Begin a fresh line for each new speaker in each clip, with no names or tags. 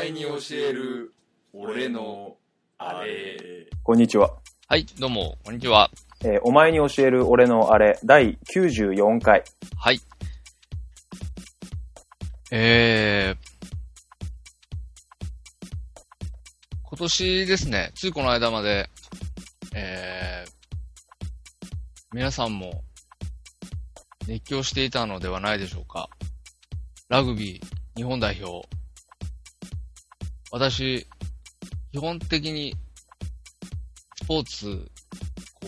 える俺のあれ
こんにちは。
はい、どうも、こんにちは。
えーお前に教える俺のあれ、第94回。
はい。えー、今年ですね、ついこの間まで、えー、皆さんも熱狂していたのではないでしょうか。ラグビー日本代表。私、基本的にスポーツ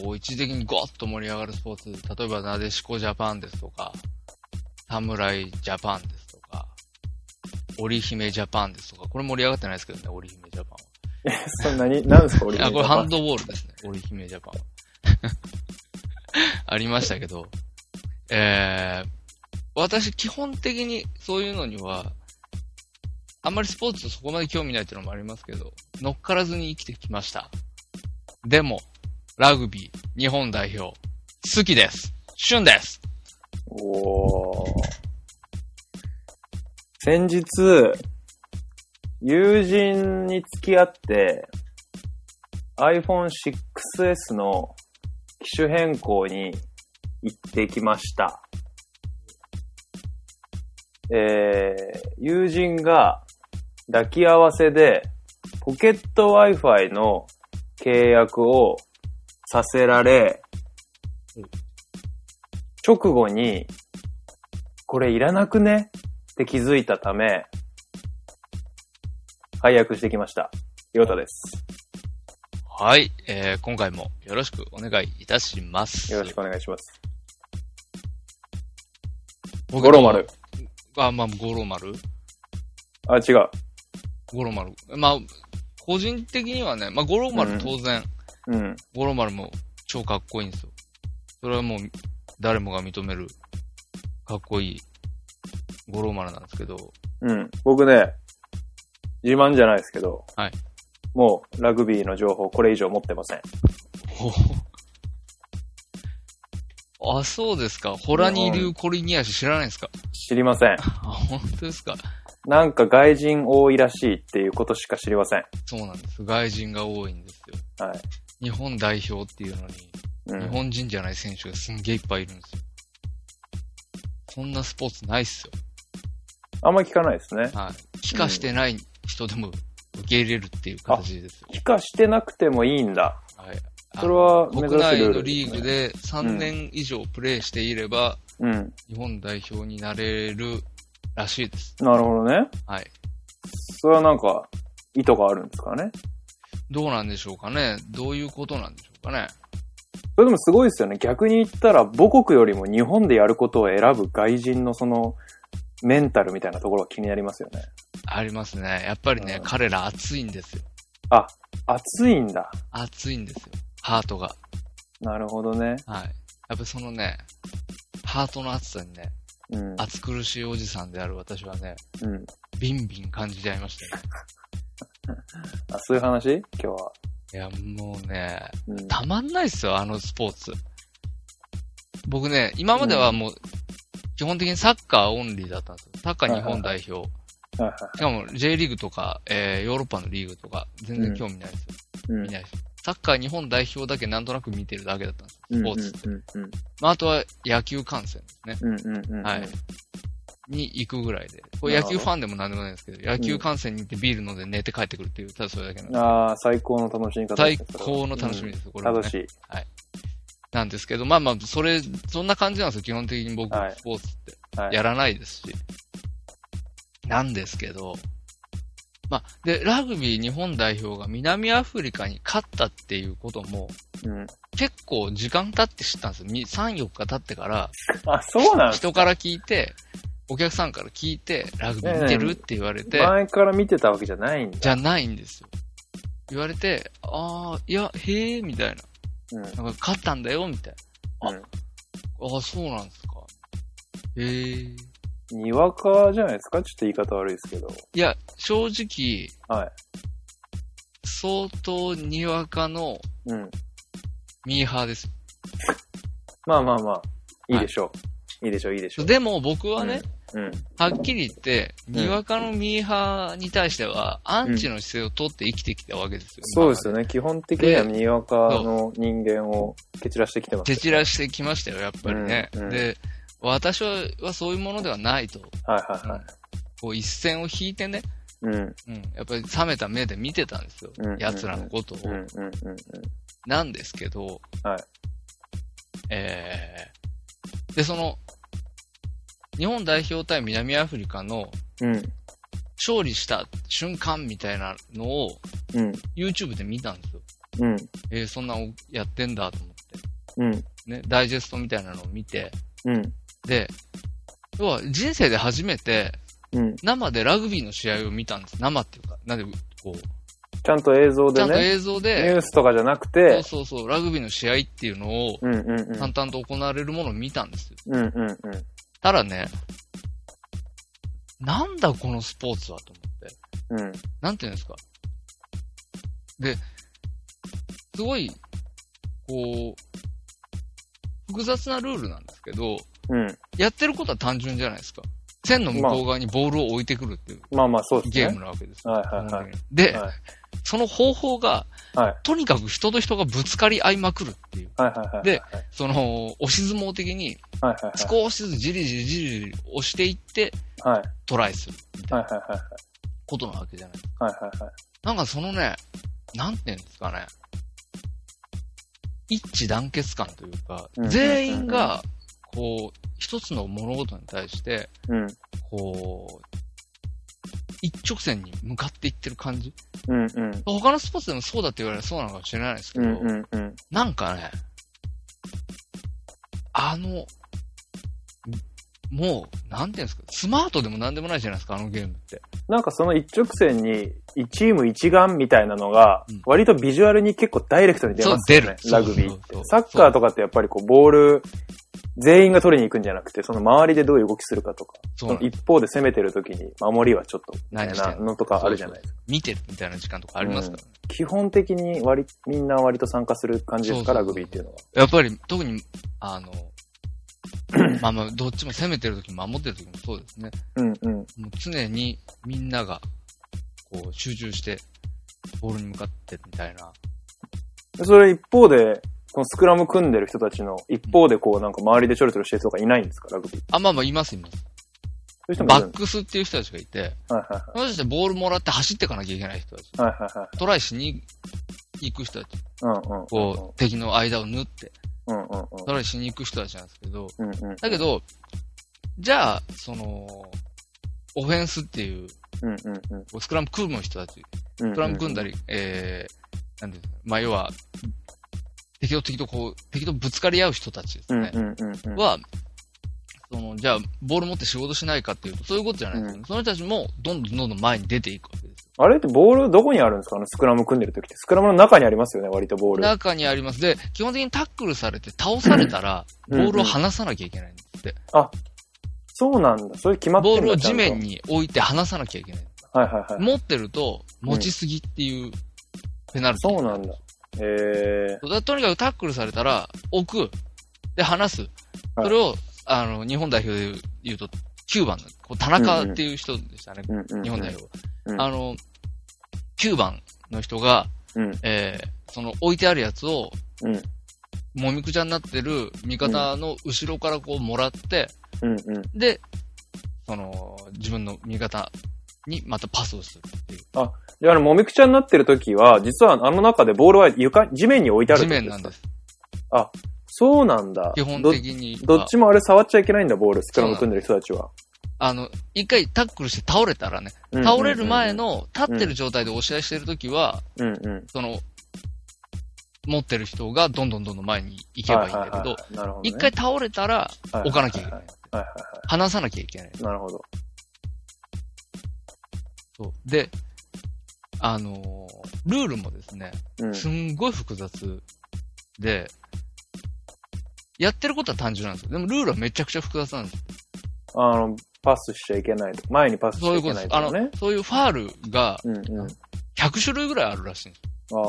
こう、一時的にゴーッと盛り上がるスポーツ、例えば、なでしこジャパンですとか、侍ジャパンですとか、織姫ジャパンですとか、これ盛り上がってないですけどね、織姫ジャパ
そんなに、何ですか、俺
ンは。あ、これハンドボールですね、織姫ジャパンは。 ありましたけど、えー、私、基本的にそういうのには、あんまりスポーツそこまで興味ないっていうのもありますけど、乗っからずに生きてきました。でも、ラグビー日本代表、好きです。旬です。
おー先日、友人に付き合って、iPhone6S の機種変更に行ってきました。えー、友人が抱き合わせでポケット Wi-Fi の契約をさせられ、直後に、これいらなくねって気づいたため、解約してきました。ヨうタです。
はい、えー、今回もよろしくお願いいたします。
よろしくお願いします。
僕も。。あ、まあ、五郎丸
あ、違う。
五郎丸。まあ、個人的にはね、まあ、五郎
う
丸
ん
当然、
うん。
五郎丸も超かっこいいんですよ。それはもう、誰もが認める、かっこいい、五郎丸なんですけど、
うん。僕ね、自慢じゃないですけど、
はい
もう、ラグビーの情報これ以上持ってません。
あ、そうですか。ホラニー流コリニアシ知らないんですか
知りません。
あ、本当ですか。
なんか外人多いらしいっていうことしか知りません。
そうなんです。外人が多いんですよ。
はい。
日本代表っていうのに、
う
日
ん。
本人じゃない選手がすんげえいっぱいいるんですよ。そんなスポーツないっすよ。
あんまり聞かないですね。
はい。帰化してない人でも受け入れるっていう形ですよ。
帰化してなくてもいいんだ。
はい。あの
それは珍し
国
い
内
ルー
の
ルで
リ
す
ー
ね
グで3年以上プレーしていれば、
うん。
日本代表になれるらしいです。
なるほどね。
はい。
それはなんか、意図があるんですかね。
どうなんでしょうかねどういうことなんでしょうかね
それでもすごいですよね。逆に言ったら、母国よりも日本でやることを選ぶ外人のその、メンタルみたいなところが気になりますよね。
ありますね。やっぱりね、
うん
彼ら熱いんですよ。
熱いんだ。
熱いんですよ。ハートが。
なるほどね。
はい。やっぱそのね、ハートの熱さにね、
うん。
暑苦しいおじさんである私はね、
うん。
ビンビン感じちゃいましたね。
あ、そういう話今日は。
いや、もうね、
うん。
たまんないっすよ、あのスポーツ。僕ね、今まではもう、基本的にサッカーオンリーだったんですよ。サッカー日本代表。
はいは
しかも J リーグとか、えー、ヨーロッパのリーグとか、全然興味ないですよ。
い。うん
見ないです。サッカー日本代表だけなんとなく見てるだけだったんです。
うん
ポーツって
うんうん
まあ、あとは野球観戦ですね。
うんうんうんうん。
はい。に行くぐらいで。これ
な
野
るほど
球ファンでもなんでもないんですけど、野球観戦に行ってビール飲んで寝て帰ってくるっていう、ただそれだけなんで
ああ、最高の楽しみ方
す。
で
最
すね
高の楽しみ
うん
です、これも
楽
ね
し。い。
なんですけど、まあまあ、それ、そんな感じなんですよ、基本的に僕、
はい
スポーツって。
はい。
やらないですし。なんですけど、まあ、で、ラグビー日本代表が南アフリカに勝ったっていうことも、
うん。
結構時間経って知ったんですよ。み3、4日経ってから、
あ、そうなん
人から聞いて、お客さんから聞いて、ラグビー見てるって言われて、
前から見てたわけじゃないんだ。
じゃないんですよ。言われて、ああ、いや、へえ、みたい
うん。
な。なんか勝ったんだよ、みたいな。あ、
うん
あそうなんですか。へえ。い
にわかじゃないですかちょっと言い方悪いですけど。
や、正直、
はい。
相当にわかの
うん。
ミーハーです。
まあまあまあ、いいでしょいいでしょ、いいでしょ。
でも僕はね、
うん。
はっきり言って、
ん
にわかのミーハーに対しては、アンチの姿勢を取って生きてきたわけですよ。
そうですよ
ね。
ね。基本的にはにわかの人間を蹴散らしてきてます
蹴
よ。
散らしてきましたよ、やっぱりね。
うんうん
で、私はそういうものではないと、
はいはいはい。
こう一線を引いてね、
うん、
うん、やっぱり冷めた目で見てたんですよ
うんうんうん。
奴らのことを。
うん、うん、うんうん。
なんですけど、
はい
えー、で、その、日本代表対南アフリカの
うん、
勝利した瞬間みたいなのを
うん、
YouTube で見たんですよ。
うん、
えー、そんなのやってんだと思って。
うん、
ね、ダイジェストみたいなのを見て。
うん、
で、要は人生で初めて
うん。
生でラグビーの試合を見たんです。生っていうか、なんで、こう、
ちゃんと映像
ちゃ
で
んと
ね、
映像
ニ
で
ュ、ースとかじゃなく
そう
て、
そうそう、ラグビーの試合っていうのを
うん、うん、うん。
淡々と行われるものを見たんですよ。
うん、うん、うん。
ただね、なんだこのスポーツはと思って。
うん、
なんていうんですか。で、すごい、こう、複雑なルールなんですけど、
うん。
やってることは単純じゃないですか。線の向こう側にボールを置いてくるっていう
まあまあ、そうです
ゲー
ね
ム。なわけですよ。
はいはいはい。
で、
はい
その方法が、
はい
とにかく人と人がぶつかり合いまくるっていう。
はいはいはい。
で、その、押し相撲的に、
はいはいはい。
少しずつじりじりじりじり押していって、
はい
トライする
はいはいはい。
ことなわけじゃない。
はいはいはい。
なんかそのね、なんていうんですかね、一致団結感というか
う、ん
全員が、こう、一つの物事に対して、
うん、
こう、一直線に向かっていってる感じ。
うん、うん。
他のスポーツでもそうだって言われればそうなのかもしれないですけ
う
ど、
ん、うん、うん。
なんかね、あの、もう、なんていうんですか、スマートでもなんでもないじゃないですか、あのゲームって。
なんかその一直線に、一チーム一丸みたいなのが
うん、
割とビジュアルに結構ダイレクトに出ますよね。
そう出る
ラグビー
そうそうそ
っ
う
て。サッカーとかってやっぱりこう、ボール、全員が取りに行くんじゃなくて、その周りでどういう動きするかとか、そ
そ
うの
なんです
一方で攻めてる時に守りはちょっと、みたい
何して
なんのとかあるじゃないですか。
見てるみたいな時間とかありますからね
基本的に割、みんな割と参加する感じですか、
そうそうそ
ラグ
う
ビーっていうのは。
やっぱり、特に、あの、 まあまあ、どっちも攻めてる時も守ってる時もそうですね。
うんうん。
もう常にみんなが、こう、集中して、ボールに向かってるみたいな。
それ一方で、このスクラム組んでる人たちの一方でこうなんか周りでちょろちょろしてる人がいないんですか、ラグビー。
あ、まあまあ、いますいます。
そういう人もい
バ
るん
ッ
で
クスっていう人たちがいて、
すかはいはい
そしてボールもらって走っていかなきゃいけない人たち。
はい。はいはいはい。
トライしに行く人たち。
うんうん。
こう、敵の間を縫って、
うんうんうん。
トライしに行く人たちなんですけど、
うんうん。
だけど、じゃあ、その、オフェンスっていう、
うんうんうん。
こうスクラム組む人たち
うんうん
トラム組んだり、えー、なんていうんですか、まあ、要は、敵と敵とこう、敵とぶつかり合う人たちです
うん
ね。
うんうんうん。
は、その、じゃあ、ボール持って仕事しないかっていうと、そういうことじゃないですよね。その人たちも、どんどんどんどん前に出ていくわけですよ。
あれってボールどこにあるんですかあのスクラム組んでる時って。スクラムの中にありますよね、割とボール。
中にあります。で、基本的にタックルされて、倒されたら、
う
ボ
んうん
ールを離さなきゃいけないんですって。
そうなんだ。そういう決まって
ボー
る
ルを地面。に置いて離さなきゃいけない。
はいはいはい。
持ってると、持ちすぎっていう、ペナルティー
そうなんだ。え
そうだからとにかくタックルされたら、置く。で、離す。
はい
それを、あの、日本代表で言うと、9番の、こう田中っていう人でしたね、
ー。うんうんうん
日本代表は、
うん
あの、9番の人が、
うん
えーその置いてあるやつを、
うん
もみくちゃになってる味方の後ろからこうもらって、
うんうん。
で、その、自分の味方にまたパスをするっていう。
じゃあ、あの、もみくちゃになってる時は、実はあの中でボールは床、地面に置いてあるっ
地
てこと
面なん
か
です。
そうなんだ。
基本
ど
的には。
どっちもあれ触っちゃいけないんだ、ボール、スクラム組んでる人たちは。
あの、一回タックルして倒れたらね、
うん
倒れる前。の立ってる状態で押し合いしてるときは、
うんうん。
その、持ってる人がどんどんどんどん前に行
い
けばいいんだけど、
なるほどね。
一回倒れたら置かなきゃいけ
は
ないい。
はいは
離さなきゃいけない。
い。なるほど。
そうで、あのールールもですね、
うん。
すんごい複雑で、やってることは単純なんですよ。でもルールはめちゃくちゃ複雑なんです。
あの、パスしちゃいけないと。前にパスしち
そう
ゃ
い
いう
こ
けな
とで
いと
す。あ
か
の
ね。、
そういうファールが
うんうん。
100種類ぐらいあるらしいんで
ああ、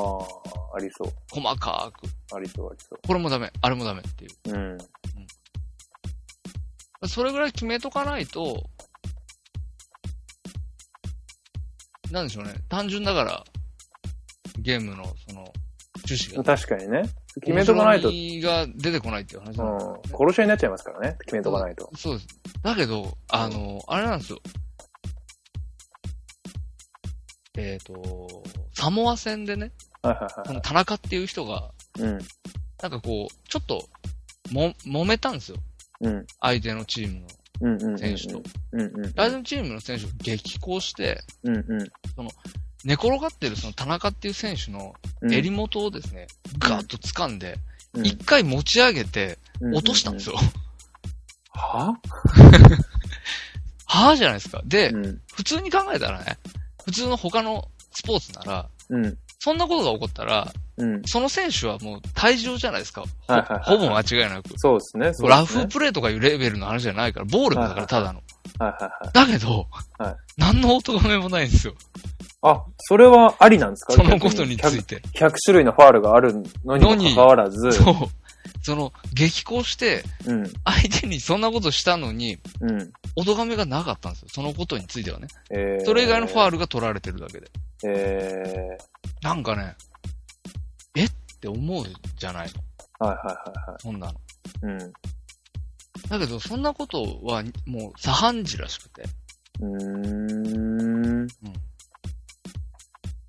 ありそう。
す。細かく。
ありそう、ありそ
これもダメ、あれもダメっていう。
う。うん。
それぐらい決めとかないと、なんでしょうね。単純だから、ゲームの、その、趣旨が。
確かにね。決めとかないと、う
面白みが出てこないっていう話なんですよね
ん、殺し屋になっちゃいますからね。決めとかないと。
そうです。だけど、あの、あれなんですよ。えっ、と、サモア戦でね、
はいはい
こ
は
の田中っていう人が、
い。うん。
なんかこう、ちょっと、も、揉めたんですよ。
うん。
相手のチームの
うんうんうん。
選手と。
うんうん。
相手のチームの選手が激高して、
うんうん
寝転がってるその田中っていう選手の
うん。
襟元をですね、ガーッと掴んで、
うん
一回持ち上げて、落としたんです
よ。
よ。
は
はぁじゃないですか。で、
うん。
普通に考えたらね、普通の他のスポーツなら、
うん。
そんなことが起こったら、
うん。
その選手はもう退場じゃないですか。ほ
はいはいはい
ほぼ間違いなく。
そうですね。そうですね
ラフプレーとかいうレベルの話じゃないから、暴力だからただの。
はいはいはい。
だけど、
はい
何の音がめもないんですよ。
あ、それはありなんですか
そのことにつ
逆
いて。
100, 100種類のファールがあるのにもかかわらず、
そう。その、激高して、
うん。
相手にそんなことしたのに、
うん。
お咎めがなかったんですよ。そのことについてはね。
えー、
それ以外のファ
ー
ールが取られてるだけで。
ル。え
なんかね、えって思うじゃないの。
ー、はいは
そんなの。
いはいはい。
だけど、そんなことは、もう、左半次らしくて。
うん。うーん
うん。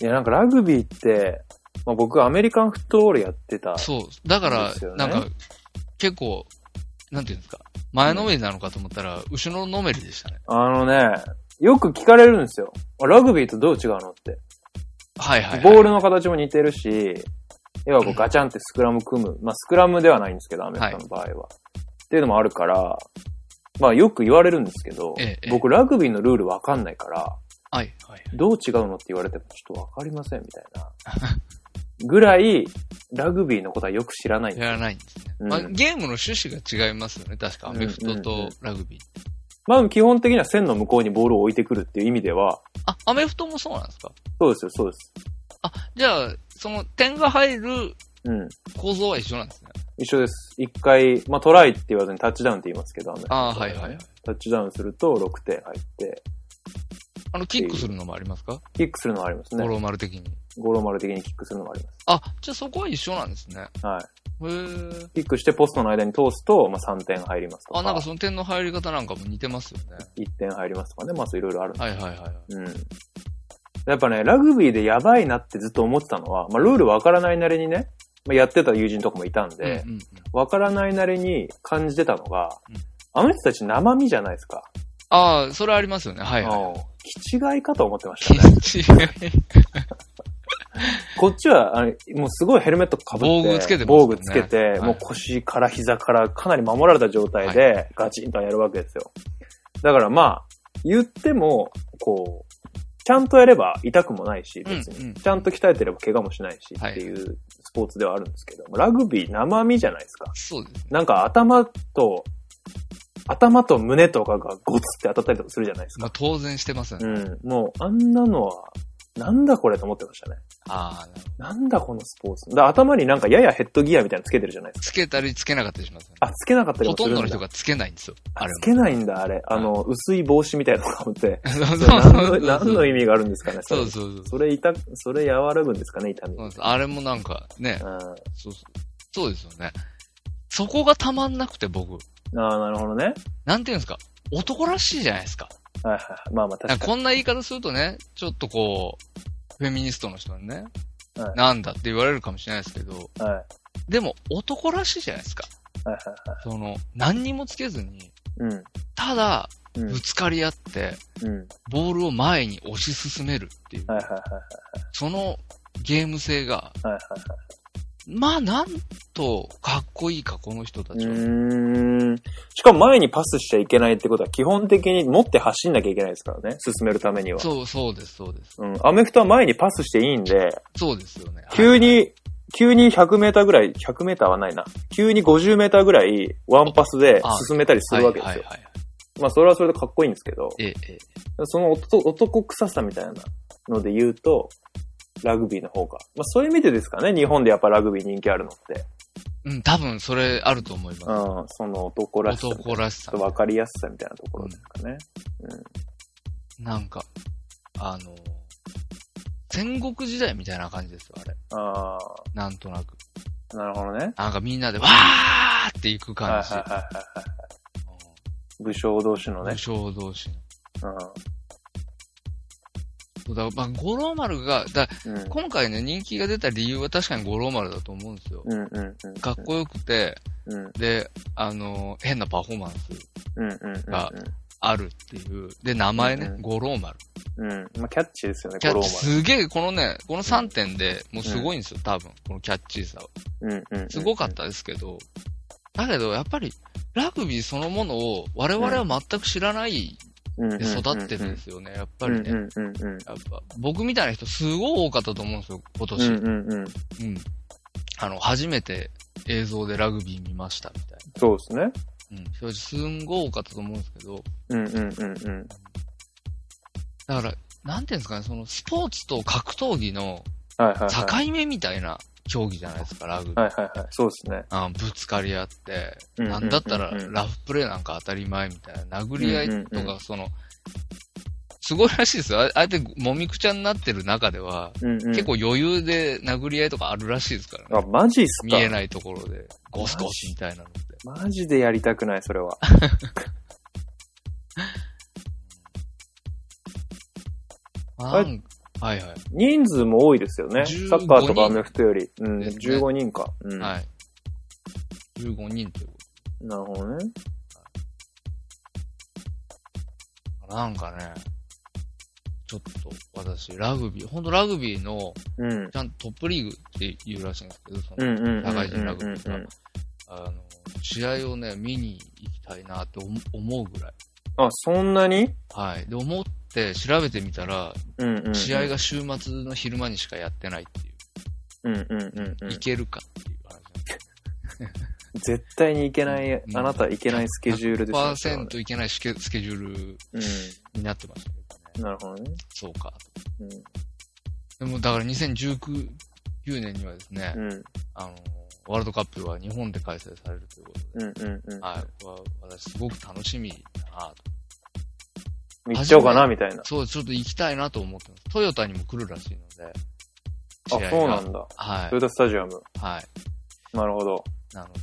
いや、なんかラグビーって、まあ、僕アメリカンフットボールやってた。
そう。だか
そうですよ
ら、
ね
なんか、結構、なんていうんですか。前のめりなのかと思ったら、後ろのめりでしたね。
あのね、よく聞かれるんですよ。あラグビーとどう違うのって。
はいはい、はい。
ボールの形も似てるし、要はこうガチャンってスクラム組む。まあ、スクラムではないんですけど、アメリカの場合は。っていうのもあるから、まあよく言われるんですけど、
ええええ
僕ラグビーのルールわかんないから、
はいはい。
どう違うのって言われてもちょっとわかりませんみたいな。ぐらい、ラグビーのことはよく知らないんです
や
よ。
らないんですね。
うん
まあ、ゲームの趣旨が違いますよね。確か、アメフトとラグビー。
まあ基本的には線の向こうにボールを置いてくるっていう意味では、
あ、アメフトもそうなんですか
そうですよ、そうです。
あ、じゃあ、その点が入る
うん。
構造は一緒なんですね。
一緒です。一回、まあトライって言わずにタッチダウンって言いますけど、アメリカ
あ
の
あ、
場合
はいはいはい。
タッチダウンすると6点入って、
あの、キックするのもありますか、
キックするのはあります
五
ね。
郎丸的に。
五郎丸的にキックするのもありま
あ、じゃあそこは一緒なんですね。へ
す。はい。
え。
キックしてポストの間に通すと、まあ3点入りますとか。
あ、なんかその点の入り方なんかも似てますよね。
1点入りますとかね。まあそういろいろあるんで
はいはいはいはい。
うん。やっぱね、ラグビーでやばいなってずっと思ってたのは、まあ、ルールわからないなりにね、まあ、やってた友人とかもいたんで
う、んうんうん、
わ、からないなりに感じてたのが、
うん
あの人たち生身じゃないですか。
ああ、それありますよね。はいはい。
うん。気違いかと思ってました ね。
違い
こっちは、あの、もうすごいヘルメットかぶって、
防具つけてます
防
もんね
具つけて、
い
もう腰から膝からかなり守られた状態で、ガチンとやるわけですよ。だからまあ、言っても、こう、ちゃんとやれば痛くもないし、別に。
うんうん
ちゃんと鍛えてれば怪我もしないし
はい
っていうスポーツではあるんですけど、ラグビー生身じゃないですか。
そうですね。
なんか頭と、頭と胸とかがゴツって当たったりとかするじゃないです
ま
か
あ。当然してますよね。
うん。もう、あんなのは、なんだこれと思ってましたね。
ああ、なるほど
なんだこのスポーツ。だ頭になんかややヘッドギアみたいなのつけてるじゃないです
つけたりつけなかったりしますよね。
か。あ、つけなかったり
ほ
もす
と
る
ん
んだ。
どの人がつけないんですよ。あれ
つけないんだ、あれ。あの、薄い帽子みたいなのかぶって。
も。 そうそ
何
うそう
の何の
そう。
意味があるんですかね、
そう
れ
そうそう。
それ痛く、それ和らぐんですかね、痛み。。
そううんですあれもなんかね、そうそうそうですよね。そこがたまんなくて僕、
ああ、なるほどね。
なんていうんですか、男らしいじゃないですか。
はいはいはい。まあまあ、
なん
確か
か
に。
こんな言い方するとね、ちょっとこう、フェミニストの人にね、
はい
なんだって言われるかもしれないですけど、
はい。はい
でも男らしいじゃないですか。
はいは
その、何にもつけずに、
いはい。
ただ、
うん。うん
ぶ。つかり合って、
うん。
ボールを前に押し進めるっていう、
はいはいはい
そのゲーム性が、
はいはい
まあ、なんと、かっこいいか、この人た
はい。
ち
う
は。
ーん。しかも前にパスしちゃいけないってことは基本的に持って走んなきゃいけないですからね、進めるためには。
そう、そうです、そうです。
うん。アメフトは前にパスしていいんで、
そうですよね。
急に、急に100メーターぐらい、100メーターはないな。急に50メーターぐらい、ワンパスで進めたりするわけです
はい
よ。
はいはい。
まあ、それはそれでかっこいいんですけど、
ええ、ええ。
その男男臭さみたいなので言うと、ラグビーの方が。まあ、そういう意味でですかね、日本でやっぱラグビー人気あるのって。
うん、多分それあると思います。
うん、その男らしさみたいな。
男らしさ
ちょっと分かりやすさみたいなところですかね。
なんか、あの、戦国時代みたいな感じですよ、あれ。
あ
なんとなく。
あ、なるほどね。
なんかみんなで、わーって行く
はいは
感
い
じ。
はいはい。武将同士の
うん
ね
武。将同士の。
う
そうだ、まあ、五郎丸が、だ
ん。うん。
今回ね、人気が出た理由は確かに五郎丸だと思うんですよ。
うんうんうん。
かっこよくて、
うんうん
で、あの、変なパフォーマンス
うんうん
があるっていう。で、名前ね
うんう、ん
五郎丸。
うん。うん。まあ、キャッチーですよね、
キャ
五
ッ
郎
チ、すげえ、このね、この3点でもうすごいんですよ、多分。このキャッチーさは。
丸。うんうん。
すごかっ。たですけど。だけど、やっぱり、ラグビーそのものを我々は全く知らない
うんうん。
で育ってるんですよね、やっぱりね。
うんうんうんうん。
やっぱ、僕みたいな人すごい多かったと思うんですよ、今
う
年。
んうんうん。
うん。あの、初めて映像でラグビー見ましたみたい
そうですね。
な。うん。表示すんごい多かったと思うんですけど、
うんうんうんうん。
だから、なんていうんですかね、そのスポーツと格闘技の
はいはいはい。
境目みたいな競技じゃないですか、ラグビー。
はいはいはい。そうですね。
あぶつかり合って、
うんうんうん
な
うん
んだったらラフプレーなんか当たり前みたいな、殴り合い
うん
と
うんう
か、その、すごいらしいですよ。ああえてもみくちゃになってる中では、
うんうん。
結構余裕で殴り合いとかあるらしいですからね。
あ、マジっす
見
か
えないところで、ゴスゴスみたいなのって。
マジでやりたくない、それは。
あんはいはい。
人数も多いですよね。
15
サッカーとかアメフトより。うん、
ですね
15人か。うん。
はい。15人ってこ
なるほどね。
とかな。なんかね、ちょっと私、ラグビー、ほんとラグビーの、
うん。
ちゃんとトップリーグって言うらしいんですけど、その、
うんうんうんうんうんうん。
社会人ラグビーが。あの、試合をね、見に行きたいなって思思うぐらい。
あ、そんなに
はい。で、思って調べてみたら、
うんうんうん。
試合が週末の昼間にしかやってないって
う
いう。
んうんうんうん
行。けるかっていう話なんです
絶対に行けない、
うん
あなた行けないスケジュールですよ
100%いけないスケスケジュールになってましたけ
う
ど
ん。
ね。
なるほどね。
そうか。
うん。
でもだから2019年にはですね、
うん。
あの、ワールドカップは日本で開催されるということで、
うんうんうん。
はい。これは私すごく楽しみだなと。
行っちゃおうかな、みたいな。
そう、ちょっと行きたいなと思ってます。トヨタにも来るらしいので。
あ、そうな
だ。
んだ。
は
トヨタスタジアム。
い。はい。
なるほど。
なので、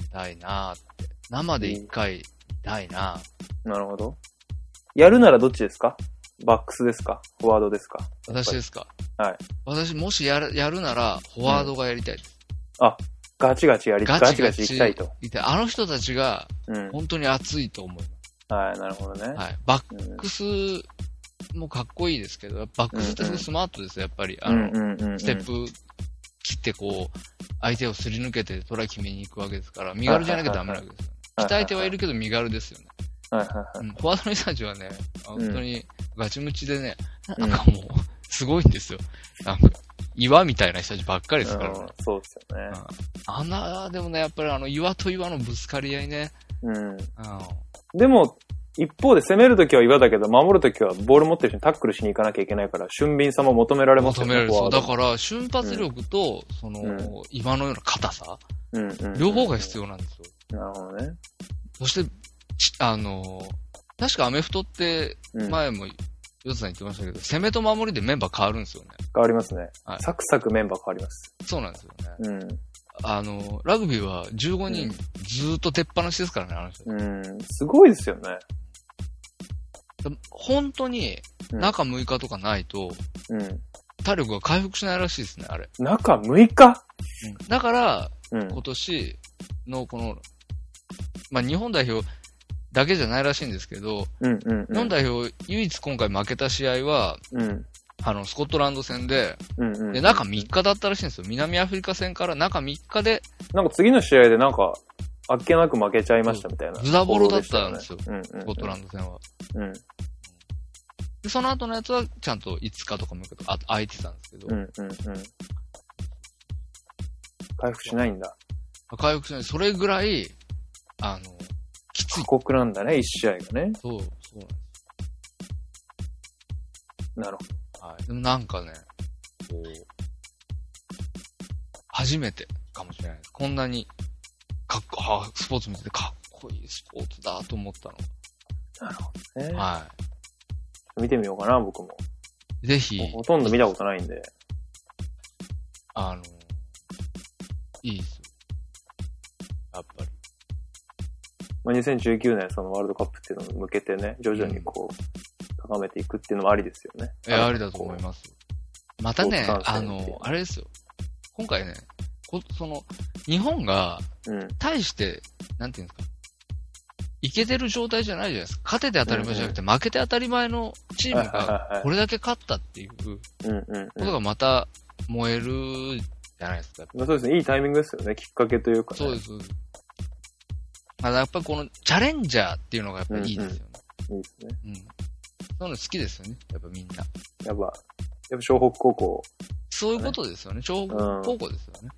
見たいなって。生で一回見たいな
なるほど。やるならどっちですかバックスですかフォワードですか
私ですか
はい。
私、もしやる、やるなら、フォワードがやりたいです。
ガチガチやり、ガ
ガチ
チ
ガ
ガ
チ
チ行きたいと。
いて、あの人たちが、
うん。
本当に熱いと思いま
はい、なるほどね。
す。はい。バッ
うん
クスもかっこいいですけど、バックスってすごいスマートですよ、やっぱり。あ
う
の、
んうんうんうん。
ステップ切ってこう、相手をすり抜けてトライ決めに行くわけですから、身軽じゃなきゃダメなわけですよね。鍛えてはいるけど身 軽ですよね。
はいはいは
うん、フォワードの人たちはね、本
ん
当にガチムチでね、
うん
なんかもう、すごいんですよ。なんか、岩みたいな人たちばっかり
い。
ですからね。
うんそうですよね。
あんな、でもね、やっぱりあの、岩と岩のぶつかり合いね。
うん。
うん。
でも、一方で攻めるときは岩だけど、守るときはボール持ってる人にタックルしに行かなきゃいけないから、俊敏さも求められますよ
求め
ね。
られるそ
フ
う。
ォ
だ
ワー
から、瞬発力と、その、
うん
岩のような硬さ、
ドうんうん。
両方が必
要。
要なんですよ。
なるほどね。
そして、ちあの、確かアメフトって、
うん。変
前も、ヨツさん言ってましたけど、攻めと守りでメンバー変わるんですよね。
わりますね
は。い
サクサクメンバー変わります。
そうなんですよね。
うん。
あの、ラグビーは15人ずーっと出っ放しですからね、あの人。
うん。すごいですよね。
でも本当に、
うん
中6日とかないと、
うん。
体力が回復しないらしいですね、あれ。
中6日
だから、
うん。
今年のこの、まあ、日本代表だけじゃないらしいんですけど、
うんうん。
日本代表唯一今回負けた試合は、
うん。
あの、スコットランド戦で、
うんうん。
で、中3日だったらしいんですよ。南アフリカ戦から中3日で、
なんか次の試合でなんか、あっけなく負けちゃいましたみたいな。
ズダボロだったんですよ
うんうんうん。
スコットランド戦は。
うん
で、その後のやつは、ちゃんと5日とか6日とかあ空いてたんですけど
うん、うんうん。回復しないんだ。
回復しない。それぐらい、あの、きつい
過。酷なんだね、一試合がね。
そう、そうなんで
なるほ
す。はい。でもなんかね、こう、初めて、かもしれないです。こんなに、かっこ、あスポーツ見ててかっこいいスポーツだと思った
ね
の。は
見てみようかな、僕も。
い。ぜひ、
ほとんど見たことないんで。
あの、いいですよ。やっぱり。
まあ、2019年そのワールドカップっていうのに向けてね、徐々にこう、高めていくっていうのもありですよね。
え、ありだと思います。またね
スポー、ツ
あ
観戦っていう
の、あれですよ。今回ね、こその、日本が、
す。うん。
対して、なんていうんですか、いけてる状態じゃないじゃないですか。勝てて当たり前じゃなくて、負けて当たり前のチームが、
は
これだけ勝ったっていうこ
いはいはい。うんうんうん
とがまた燃えるじゃないですか。
まあ、そうですね。いいタイミングですよね。きっかけというか、ね。
そうです。そうですただやっぱりこのチャレンジャーっていうのがやっぱいいですよね。
いいですね。
うん。そういうの好きですよね。やっぱみんな。
やっぱ、やっぱ湘北高校、
そういうことですよね。超
うん
高校ですよね。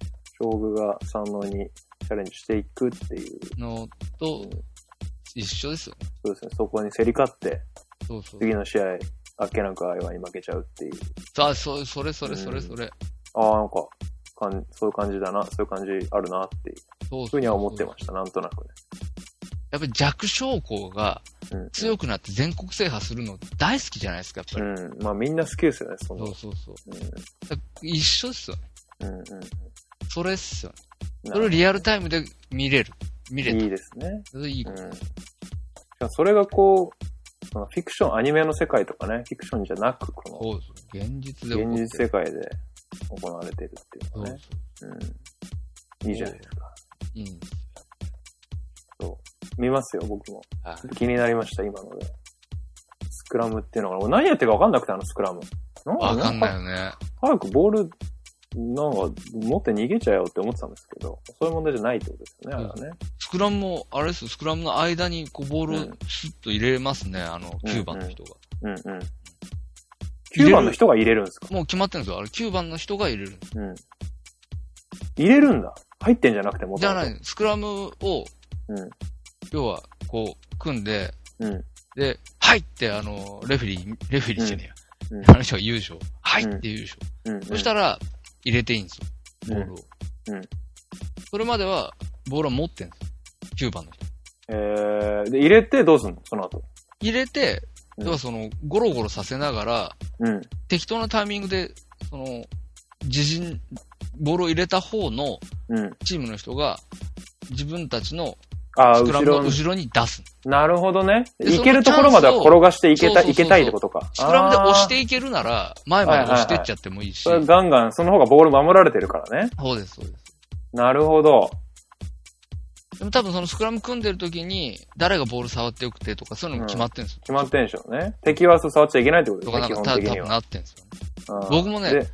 湘北が三能にチャレンジしていくっていう、
のと一緒ですよね。
そうですね。そこに競り勝って、
そうそう。
次の試合、あっけなくあいわに負けちゃうっていう。
あ、そう、それそれそれそれ。
ああ、なんか、かんそういう感じだな、そういう感じあるなっていう
そうそう
ふうには思ってま
た。
した、なんとなくね。
やっぱり弱小校が、
うん。
強くなって全国制覇するの大好きじゃないですか、やっぱり。
うん。まあみんな好きですよね、そんな
そう。そうそう。
うん。
だ一緒ですよね。
うんうん
それっすよね。
うん。
それをリアルタイムで見れる。見れ
い
た。
いですね。
それいいこ
うん。
と。
しかもそれがこう、そのフィクション、アニメの世界とかね、フィクションじゃなく、こ
そうそう。現実で
の
起こ
現
って
実
る
世界で行われてるっていうの
そ
が
う
ね。
そう。
うん。いいじゃないですか。
いいんですよ。
そう。見ますよ、僕も。
はい
気になりました、今ので。スクラムっていうのが、俺何やってるか分かんなくて、あのスクラム。なん
わかんない
い。
よね。
早くボール、なんか、持って逃げちゃえよって思ってたんですけど、そういう問題じゃないってことですよね、あれはね。
スクラムも、あれですよ、スクラムの間にこうボール
う
を
ん
スッと入れますね、あの、9番の人が。
うんうん。
れる
9番の人が入れるんですか
もう決まってるんですよ。あれ9番の人が入れる。
うん。入れるんだ。入ってんじゃなくて、も。
じゃないい、スクラムを、
うん
要は、こう、組んで、
うん。
で、はいって、あの、レフェリー、レフェリーじゃね
う
え
ん
や
う。ん
あの人が優勝。はいって優勝。
うん。
そしたら、入れていいんですよ。ボールを。
うんうん
それまでは、ボールは持ってんですよ。9番の人。
えー、で、入れてどうすんのその後。
入れて、
うん
要はその、ゴロゴロさせながら、
うん。
適当なタイミングで、その、自陣、ボールを入れた方の
うん。
チームの人が、自分たちの
あー
スクラ
後
ムの
ろ。
後ろに出す。
なるほどね。
で
いけるところまでは転がしていけた、
そのチャンスを
いけたいってことか。
スクラムで押し
あー。
ていけるなら、前まで押してっちゃってもいいし。
それガンガン、その方がボール守られてるからね。
そうです、そうです。
なるほど。
でも多分そのスクラム組んでる時に、誰がボール触ってよくてとか、そういうのも決まってるんですよ。
決まってんでしょうね。敵はそう触っちゃいけないってこと
と
ですね、基
かなんか
本
た
的
多
に
分
は。
なってんですよね。
うん
僕もね
で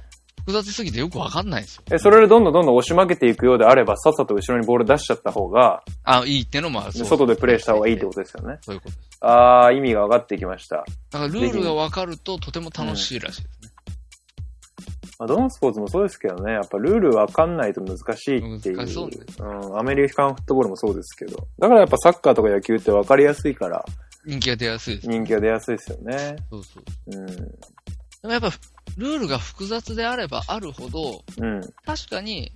複雑すぎてよくわかんないんですよ。
え、それでどんどんどんどん押し負けていくようであれば、さっさと後ろにボール出しちゃった方が、
あ、いいってのもある。そう
外でプレイした方がいいってこととですよね。
そういうことです。
あー、意味が分かってきました。
だからルールがわかるととても楽しいらしいですね。
まあ、どのスポーツもそうですけどね、やっぱルール分かんないと難しいっていう。
難しそうね
ん、アメリカンフットボールもそうですけど。だからやっぱサッカーとか野球って分かりやすいから、
人気が出やすいです。
人気が出やすいですよね。
そうそう。
う
でもやっぱ、ルールが複雑であればあるほど、
ん。うん。
確かに、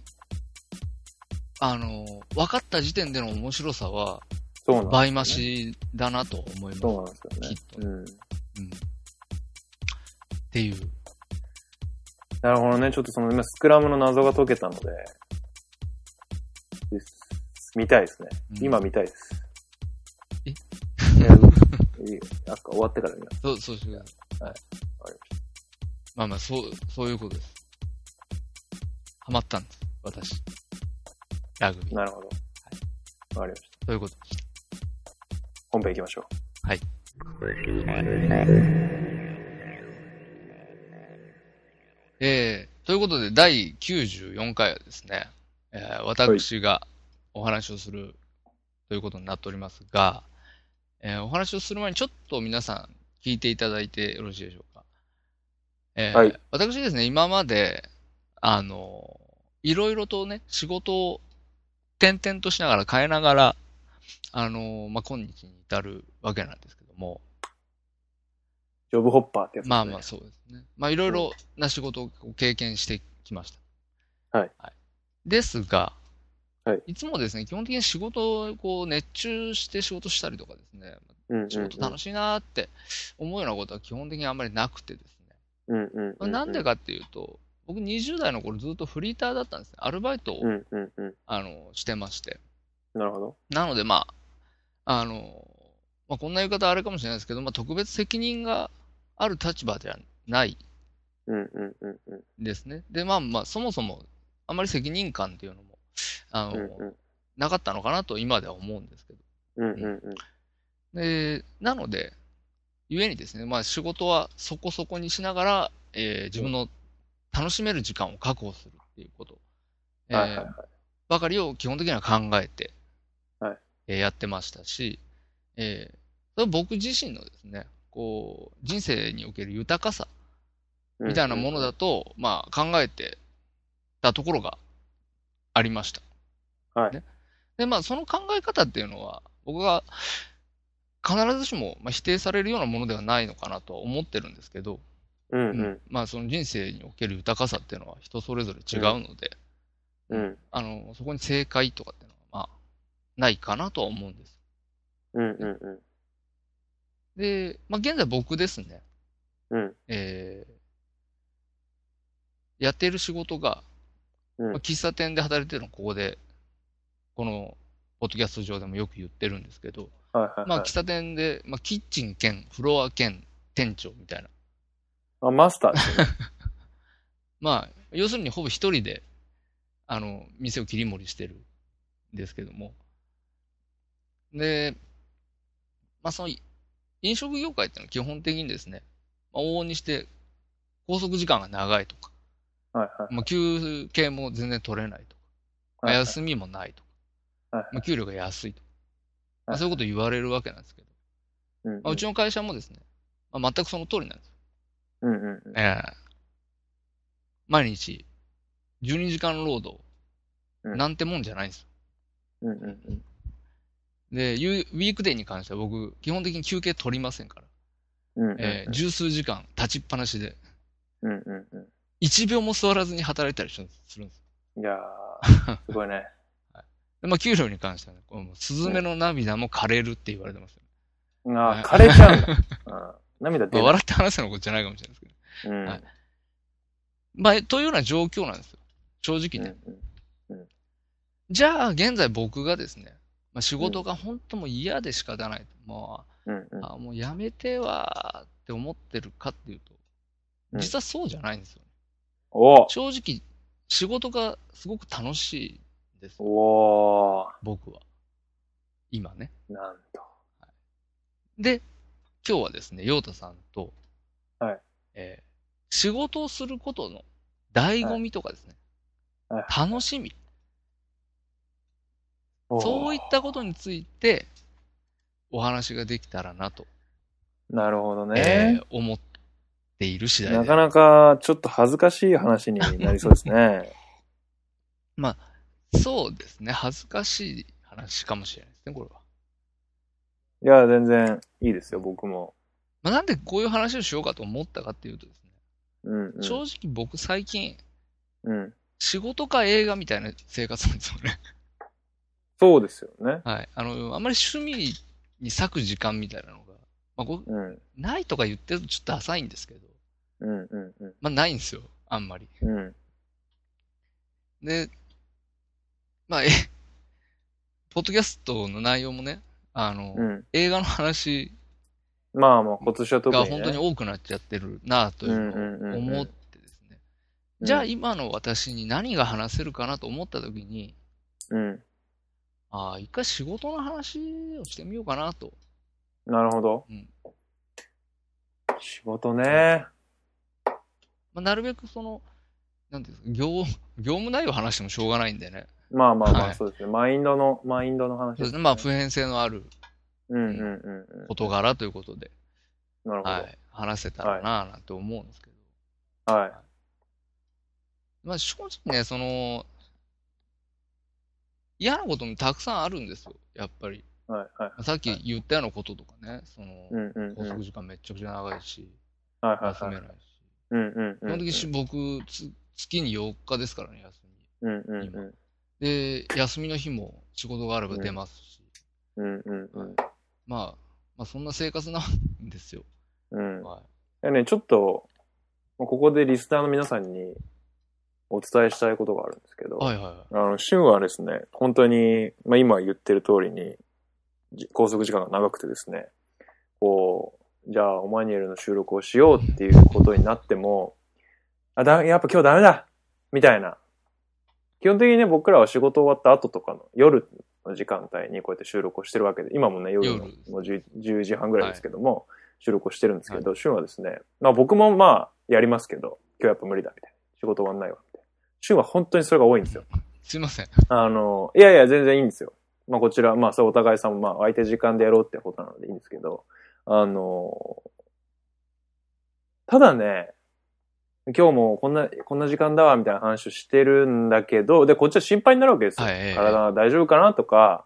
あの、分かった時点での面白さは、
そうなんですよね
倍増しだなと思い
そう
ま
なんですよね。
きっと
うん。
す。うん。っていう。
なるほどね。ちょっとその今、スクラムの謎が解けたので、です見たいですね。
うん
今見たいです。
え
いやいいよなんか終わってから見ます。
そう、そうしてください
わかり
まあまあ、そう、そういうことです。ハマったんです、私。ラグビ
まし
ー。
たなるほど。わかりました。
そういうこと。
本編行きましょう。
はい。えー、ということで、第94回はですね、えー私がお話をするということになっておりますが、えーお話をする前にちょっと皆さん聞いていただいてよろしいでしょうか。えー
はい
私ですね、今まで、あの、いろいろとね、仕事を転々としながら変えながら、あの、まあ、今日に至るわけなんですけども、
ジョブホッパーってやつ、ね。
まあまあそうですね。まあいろいろな仕事を経験してきました。
はい。
ですが、
はい、
つもですね、基本的に仕事をこう熱中して仕事したりとかですね、
うん。
仕事楽しいなーって思うようなことは基本的にあんまりなくてですね。
うんうんうん。
なんでかっていうと、僕20代の頃ずっとフリーターだったんですね。アルバイトを、
うんうんうん。
あのしてまして。
なるほど。
なので、まあ、あの、まあ、こんな言い方あれかもしれないですけど、まあ、特別責任がある立場ではない
うんうんうんうん。
ですね。で、まあまあ、そもそも、あまり責任感っていうのも、あの、
うんうん
なかったのかなと今では思うんですけど。
うんうんうん。
で、なので、ゆえにですね、まあ仕事はそこそこにしながら、えー自分の楽しめる時間を確保するっていうこと、えー
はいはいはい
ばかりを基本的には考えて、
はい
えーやってましたし、えーそれは僕自身のですね、こう、人生における豊かさみたいなものだと、まあ考えてたところがありました。
はい
ね、で、まあその考え方っていうのは、僕が必ずしもまあ否定されるようなものではないのかなとは思ってるんですけど、
うんう
うん
ん
まあその人生における豊かさっていうのは人それぞれ違うので、
うん
あの、そこに正解とかっていうのは、まあ、ないかなとは思うんです。
うんうんうん
で、まあ現在僕ですね、
うん
えーやっている仕事が、
うん
まあ喫茶店で働いてるのここで、この、ポッドキャスト上でもよく言ってるんですけど、
はいはい
まあ、
はい
喫茶店で、まあ、キッチン兼フロア兼店長みたいな。
あマスターですね
まあ、要するにほぼ一人で、あの、店を切り盛りしてるんですけども。で、まあ、その、飲食業界っていうのは基本的にですね、まあ、往々にして、拘束時間が長いとか、
はいはい
まあ、休憩も全然取れないとか、まあ
はいはい
休みもないと
はい
か、まあ、給料が安いとか、ま
は
あ、
い
そういうこと言われるわけなんですけど、
うん
まあ、うちの会社もですね、まあ、全くその通りなんですよ。
うんうんうん
ええ毎日、12時間労働、
うん
なんてもんじゃないんですよ。
うんうんうん
で、ゆウィークデーに関しては僕、基本的に休憩取りませんから、
うんうん
ええ十数時間立ちっぱなしで、
うんうんう
1秒も座らずに働いたりするんですよ。
んいや ーすごいね
でまあ、給料に関してはね、こうもうスズメの涙も枯れるって言われてますよ。
あー枯れちゃ うんだうん涙
ま
出
あ、
る
笑って話すようなことじゃないかもしれないですけど。
うんうん
はいまあ、というような状況なんですよ。正直ね。
うん
じゃあ、現在僕がですね、まあ、仕事が本当もう嫌で仕方ないと。ま
うんうん
あ、あもうやめてはって思ってるかっていうと、
うん
実はそうじゃないんですよ。
お
正直、仕事がすごく楽しいんですよ。
お
僕は。今ね。
ーなんと
で、今日はですね、陽太さんと、
はい
えー仕事をすることの醍醐味とかですね、
はい
楽しみ、
おー
そういったことについてお話ができたらなと、
なるほど
え
ね
ー思っている次第
な
で
かなかちょっと恥ずかしい話になりそうですね
そうですね、恥ずかしい話かもしれないですね、これは。
いや全然いいですよ僕も
まあ、なんでこういう話をしようかと思ったかっていうとですね、
うんうん
正直僕最近、
うん
仕事か映画みたいな生活なんですよね。
そうですよね
はい。あの、あんまり趣味に割く時間みたいなのが、まあ、こ
うん
ないとか言ってるとちょっと浅いんですけど、
うんうんうん
まあ、ないんですよ。あんまり。
うん
で、まあ、え、ポッドキャストの内容もね、あの、
うん
映画の話
まあまあ今年は特
が
にね
本当に多くなっちゃってるなあという
うんうんうん
の
う
を
ん
思ってですね。
うん
じゃあ今の私に何が話せるかなと思った時に、
うん
ああ、一回仕事の話をしてみようかなと。
なるほど
うん
仕事ね
まあ、なるべくその、なんていうんですか、業、業務内容話してもしょうがないんでね。
まあまあま
はい
あそうですねマインドのマインドの話
そ
で
うですす
ね
ね。まあ、普遍性のある
うんうんうんうん
事柄ということで、
なるほど
はい、話せたらなぁなんて思うんですけど。
はい
まあ、正直ね、その、嫌なこともたくさんあるんですよ、やっぱり。
はいはい
まあさっき言ったようなこととかね、その
う、んうんうん
拘束時間めっちゃくちゃ長いし、
はいはい
休め
はい
ないし。
うんうん
基
うん
本的に僕、つ月に4日ですからね、休み。
うんうんうん。
で、休みの日も仕事があれば出ますし、
うんうんうん。
まあ、まあそんな生活なんですよ。
うん。
は
でね、ちょっと、ここでリスナーの皆さんにお伝えしたいことがあるんですけど、
い。はいはいは
あの、シュンはですね、本当に、まあ、今言ってる通りに、じ拘束時間が長くてですね、こう、じゃあ、オマニエルの収録をしようっていうことになっても、あ、だ、やっぱ今日ダメだみたいな。基本的にね、僕らは仕事終わった後とかの夜の時間帯にこうやって収録をしてるわけで、今もね、夜の
夜です
もう 10, 10時半ぐらいですけども、収録をしてるんですけど、シュンはですね、まあ僕もまあ、やりますけど、今日やっぱ無理だみたいな。仕事終わんないわ、みたいな。シュンは本当にそれが多いんですよ。
い。すいません。
あの、いやいや、全然いいんですよ。まあ、こちら、まあ、そう、お互いさんも、まあ、空いてる時間でやろうってことなのでいいんですけど、あの、ただね、今日もこんな、こんな時間だわ、みたいな話をしてるんだけど、で、こっちは心配になるわけですよ。
はいええ
体は大丈夫かなとか、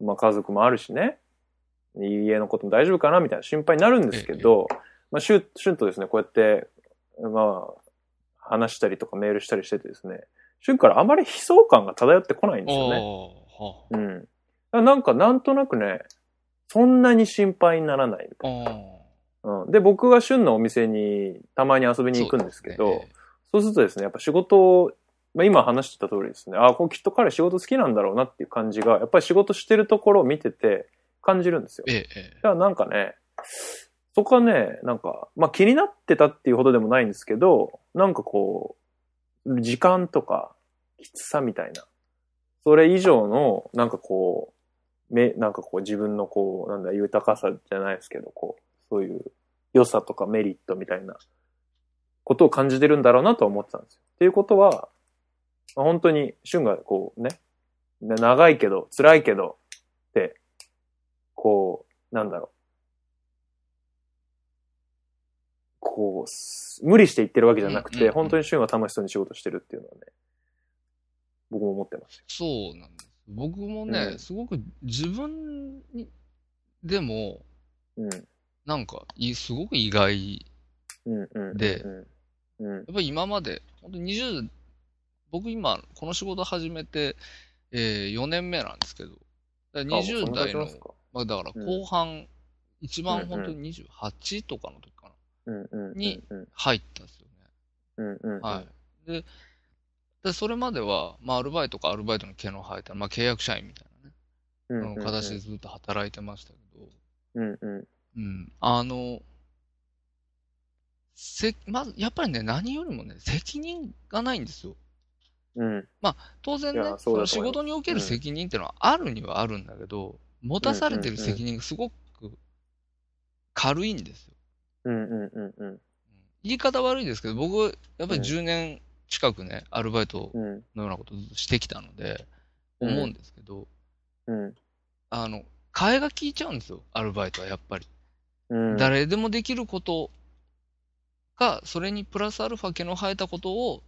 まあ、家族もあるしね、家のことも大丈夫かなみたいな心配になるんですけど、まあ、シュンシュンとですね、こうやって、まあ、話したりとかメールしたりしててですね、シュンからあまり悲壮感が漂ってこないんですよね。
おーは
うん。だからなんか、なんとなくね、そんなに心配にならないみ
あ
たい
お
な。うん。で、僕がシュンのお店にたまに遊び
ー
に行くんですけど、
そうですね
そうするとですね、やっぱ仕事を、まあ、今話してた通りですね、ああ、これきっと彼仕事好きなんだろうなっていう感じが、やっぱり仕事してるところを見てて感じるんですよ。
ええ、ええ
だからなんかね、そこはね、なんか、まあ気になってたっていうほどでもないんですけど、なんかこう、時間とか、きつさみたいな、それ以上の、なんかこう、め、なんかこう自分のこう、なんだ、豊かさじゃないですけど、こう、そういう良さとかメリットみたいなことを感じてるんだろうなとは思ってたんですよ。っていうことは、まあ本当に、俊がこうね、ね長いけど、辛いけど、って、こう、なんだろう。こうす、無理して言ってるわけじゃなく
うんうん
て、
うん
本当に俊が楽しそうに仕事してるっていうのはね、僕も思ってます。
そうなんです。僕もね、
うん
すごく自分に、でも、
うん。
なんかいい、すごく意外。
うんうんうん。
で
うん、うん。
やっぱり今まで、本当に20、僕今、この仕事始めて、えー4年目なんですけど、だから
あもうそ
20
んな
代
経ちま
の
す、か
まあ、だから
うん
後半、一番本当
う
に28とかの時かな、
うんうんうん。
に
うん
入ったんですよね。
うんうん。
はい。で、でそれまでは、まあ、アルバイトかアルバイトの毛の生えた、まあ、契約社員みたいなね、
うんうん
その形でずっと働いてましたけど、
うんうん。
うん、あの、せ、まず、やっぱりね、何よりもね、責任がないんですよ。
うん。
当然ね
いや、
そ
そう
の
だと
仕
思います
事における責任ってのはあるにはあるんだけど、持たされてる責任がすごく軽いんですよ。
うんうんうんうん。
言い方悪いですけど、僕、やっぱり
うん
10年近くね、アルバイト
うん
のようなことをずっとしてきたので、
うん
思うんですけど、
うん
あの、替えが効いちゃうんですよ、アルバイトはやっぱり。
うん。
誰でもできることが、それにプラスアルファ毛の生えたことを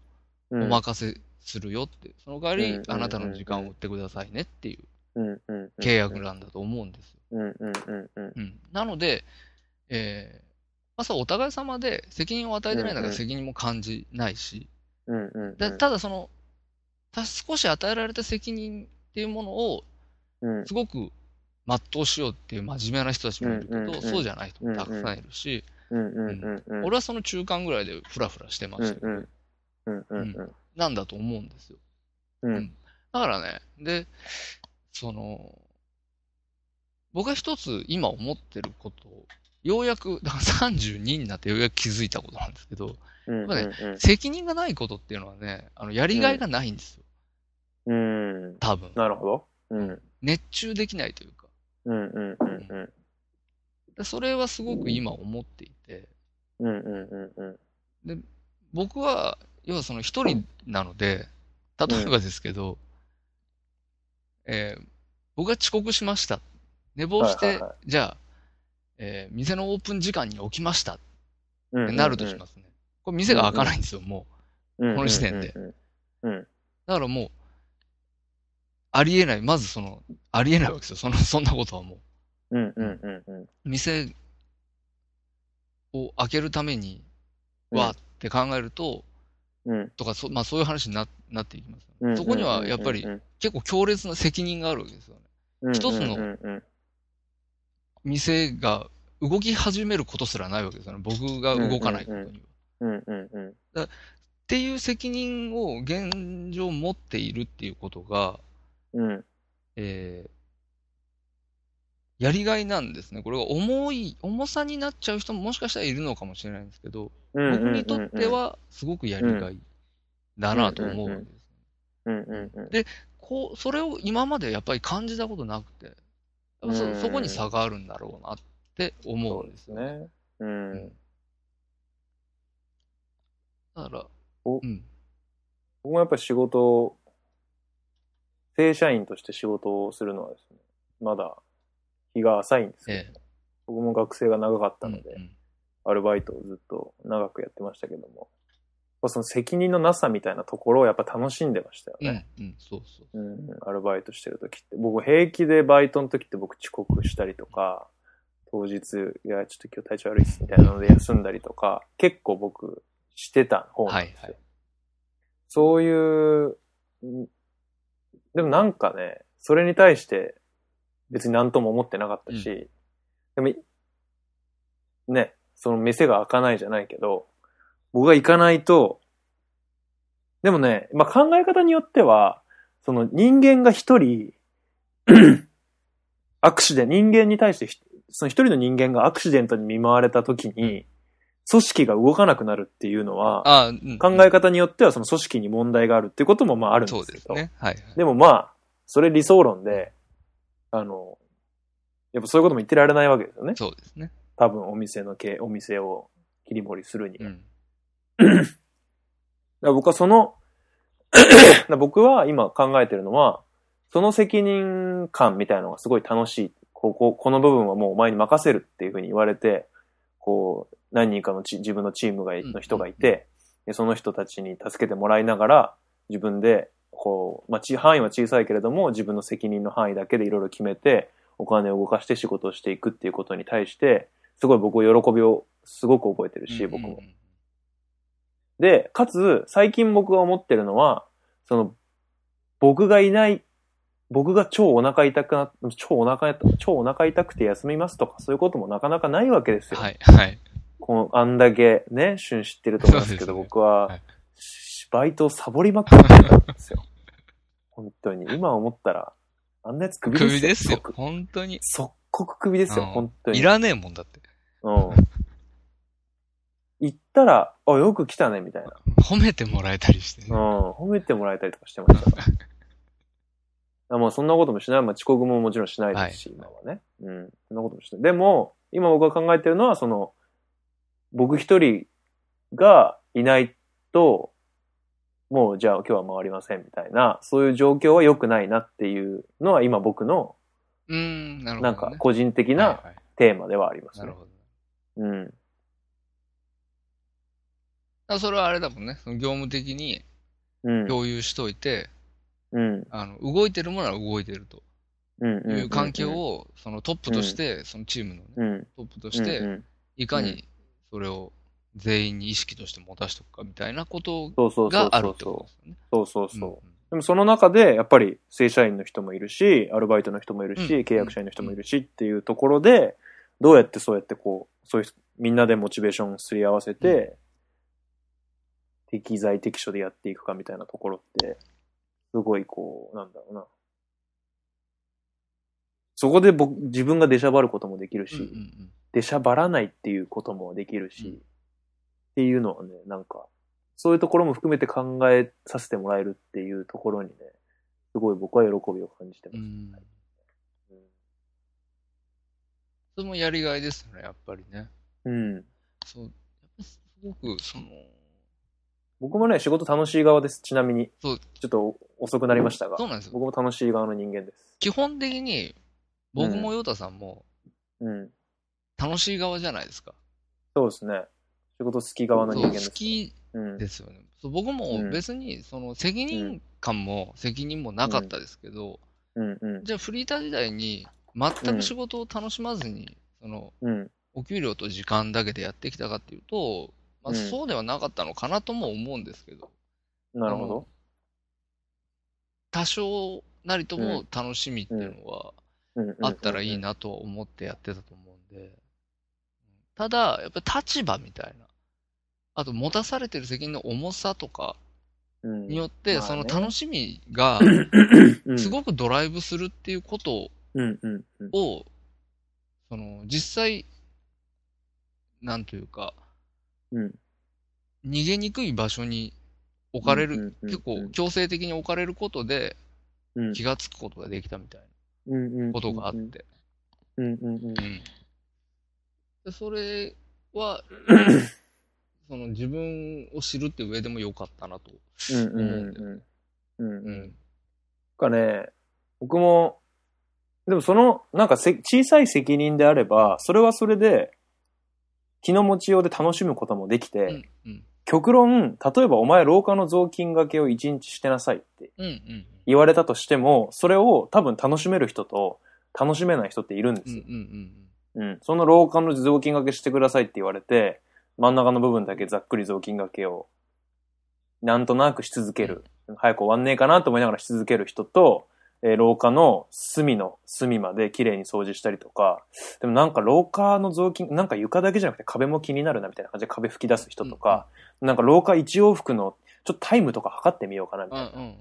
う
お
ん
任せするよって、その代わり
うん
あなたの時間を売ってくださいねっていう
うんうん。
契約なんだと思うんですよ。
うんうんうんうん。
うん、なので、えーまあ、そうお互い様で責任を与えてないんだか
うん
ら
うん
責任も感じないし、
うんうん。
だただその、た少し与えられた責任っていうものを
うん
すごく全うしようっていう真面目な人たちもいるけど、
うんうんうん
そうじゃない人もたくさんいるし、
うんうんうんうん。
俺はその中間ぐらいでフラフラしてま
うん
したけど、
うんうんうんうん
なんだと思うんですよ。
うん
うんだからね、で、その、僕が一つ今思ってることを、ようやく、だから32になってようやく気づいたことなんですけど、
うんうん
責任がないことっていうのはね、あの、やりがいがないんですよ。
うん。うん。
多分。
なるほど。うん
熱中できないというか。
うんうんうんうん。
でそれはすごく今思っていて、
うんうんうんうん。
僕は、要はその一人なので、例えばですけど、えー僕が遅刻しました。寝坊して、
はいはいは
じゃあ、えー店のオープン時間に起きましたっ
うん
てなるとしますね。これ店が開かないんですよ、もう。
こ
この時点で。
うん。
だからもう、ありえない。まずその、ありえないわけですよ。その、そんなことはも
うんうんうんうん。
う。店を開けるために
うん
はって考えると、
うん。
とか、そまあ、そういう話にななっていきます、
うん
そこにはやっぱり
うんうん
結構強烈な責任があるわけですよね。
うん
一つの
うんうん
店が動き始めることすらないわけですよね。僕が動かないことには。
うんうんうんうんうん
っていう責任を現状持っているっていうことが、
うんうん
えーやりがいなんですね。これが重い、重さになっちゃう人ももしかしたらいるのかもしれないんですけど、
うんうん
僕にとってはすごくやりがいだなと思うわけです。
うんうんうん
こう、それを今までやっぱり感じたことなくて、多分
うん
そそこに差があるんだろうなって思
そううん
で
ですす
よね。
ね。うん。
だから、
お
うん。
僕もやっぱり仕事を、正社員として仕事をするのはですね、まだ日が浅いんですけど、
ええ。
僕も学生が長かったので、
うんうん
アルバイトをずっと長くやってましたけども、まあその責任のなさみたいなところをやっぱ楽しんでましたよ
う
ね。
ん、うん、そうそう。
うんうんアルバイトしてる時って。僕平気でバイトの時って僕遅刻したりとか、当日、いや、ちょっと今日体調悪いっすみたいなので休んだりとか、結構僕してた方なんですよ。
はいはい
そういう、んでもなんかね、それに対して別に何とも思ってなかったし、でも、ね、その店が開かないじゃないけど、僕が行かないと、でもね、まあ、考え方によっては、その人間が一人、 アクシデント、人間に対してひ、その一人の人間がアクシデントに見舞われた時に、組織が動かなくなるっていうのは、
ああ、うん。
考え方によってはその組織に問題があるっていうこともまああるんで
そう
すけ
で
ど。
すね。はい、はい。
でもまあ、それ理想論で、あの、やっぱそういうことも言ってられないわけですよね。
そうですね。
多分お店の経お店を切り盛りするには。
うん。
だから僕はその、だから僕は今考えてるのは、その責任感みたいなのがすごい楽しい。ここ、この部分はもうお前に任せるっていうふうに言われて、こう、何人かのち自分のチームがい
うん
の人がいて、でその人たちに助けてもらいながら、自分で、こう、まあ、ち範囲は小さいけれども、自分の責任の範囲だけでいろいろ決めて、お金を動かして仕事をしていくっていうことに対して、すごい僕は喜びをすごく覚えてるし、僕も
うん。うん
で、かつ、最近僕が思ってるのは、その、僕がいない、僕が超お腹痛くな、超お腹、超お腹痛くて休みますとか、そういうこともなかなかないわけです
うん
よ。
はい、はい。
この、あんだけね、旬知ってると思うんですけど、
そうですね
僕は、
はい
しバイトをサボりまくってたんですよ。 本当に。今思ったら、あんなやつ首ですよ。
首ですよ
即。
本当に。
即刻首ですよ、
うん
本当に。
いらねえもんだって。
うん。行ったら、あ、よく来たね、みたいな。
褒めてもらえたりしてね。
うん、褒めてもらえたりとかしてましたから。 あまあそんなこともしない。まあ遅刻ももちろんしないですし、今はね。うん。そんなこともしない。でも、今僕が考えてるのは、その、僕一人がいないと、もうじゃあ今日は回りませんみたいな、そういう状況は良くないなっていうのは今僕の、
うーん、なるほど、
な
ね。
んか個人的な
はいはい
テーマではあります
な
ね
る。ほど。だ
うん。
からそれはあれだもんね。その業務的に
うん。
共有しといて、
うん。
あの、動いてるものは動いてると
うん。
いう環境
を、
を、そのトップとして、そのチームのね、
うん。
トップとして、
うんうん
いかにそれを全員に意識として持たしておくかみたいなこと
そうそうそ
が
う
あ
そ
るっ
う
てことですよね。
そう。そうそうそう。
んん
でもその中で、やっぱり正社員の人もいるし、アルバイトの人もいるし、
うん
契約社員の人もいるしっていうところで、どうやってそうやってこう、そういう人みんなでモチベーションをすり合わせて、適材適所でやっていくかみたいなところって、すごいこう、なんだろうな。そこで僕、自分が出しゃばることもできるし、
うんうん
出しゃばらないっていうこともできるし、
うん
っていうのはね、なんか、そういうところも含めて考えさせてもらえるっていうところにね、すごい僕は喜びを感じて
う
ま
んう
す。
ん
うん
それもやりがいですよね、やっぱりね。
うん。
そう。やっぱすごく、その、
僕もね、仕事楽しい側です、ちなみに。
そう
ちょっと遅くなりましたが
そ、うなんですよ。
僕も楽しい側の人間です。
基本的に、僕もヨタさんも
うん。
楽しい側じゃないですか。
そうですね。仕事好き側の人
そう
間です。
好き
うん。
ですよね。そう僕も別に、その責任感も責任もなかったですけど、
うん。うん。
じゃあフリーター時代に全く仕事を楽しまずに、その、
うん。
お給料と時間だけでやってきたかっていうと、ま
う
あ、
ん
そうではなかったのかなとも思うんですけど、
なるほど。
多少なりとも楽しみっていうのは
うんうん
あったらいい。なとは思ってやってたと思うんで。ただ、やっぱ立場みたいな。あと、持たされてる責任の重さとか
うん
によっ
う
て、
んまあ
そ
ね
の楽しみ が、
うん
すごくドライブするっていうこと
うんうんうん
を、その、実際、なんというか、
うん
逃げにくい場所に置かれる、
うんうんうん
結構強制的に置かれることで
うん
気がつくことができたみたい
うんうんうん
なことがあって。
うんうんうん
でそれ は、その自分を知るって上でも良かったなと。
うんうんうんうん
う
うん
ん。
かね、僕も、でもその、なんかせ小さい責任であれば、それはそれで、気の持ちようで楽しむこともできて、
うん。うん。
極論、例えばお前廊下の雑巾掛けを一日してなさいって
うん。うん。
言われたとしても、それを多分楽しめる人と楽しめない人っているんで
う
す
ん。う
よ。
ん。
うん。その廊下の雑巾掛けしてくださいって言われて、真ん中の部分だけざっくり雑巾掛けを、なんとなくし続ける。早く終わんねえかなと思いながらし続ける人と、えー廊下の隅の隅まで綺麗に掃除したりとか、でもなんか廊下の雑巾、なんか床だけじゃなくて壁も気になるなみたいな感じで壁吹き出す人とか、なんか廊下一往復のちょっとタイムとか測ってみようかなみたい
うん。う
な。
ん。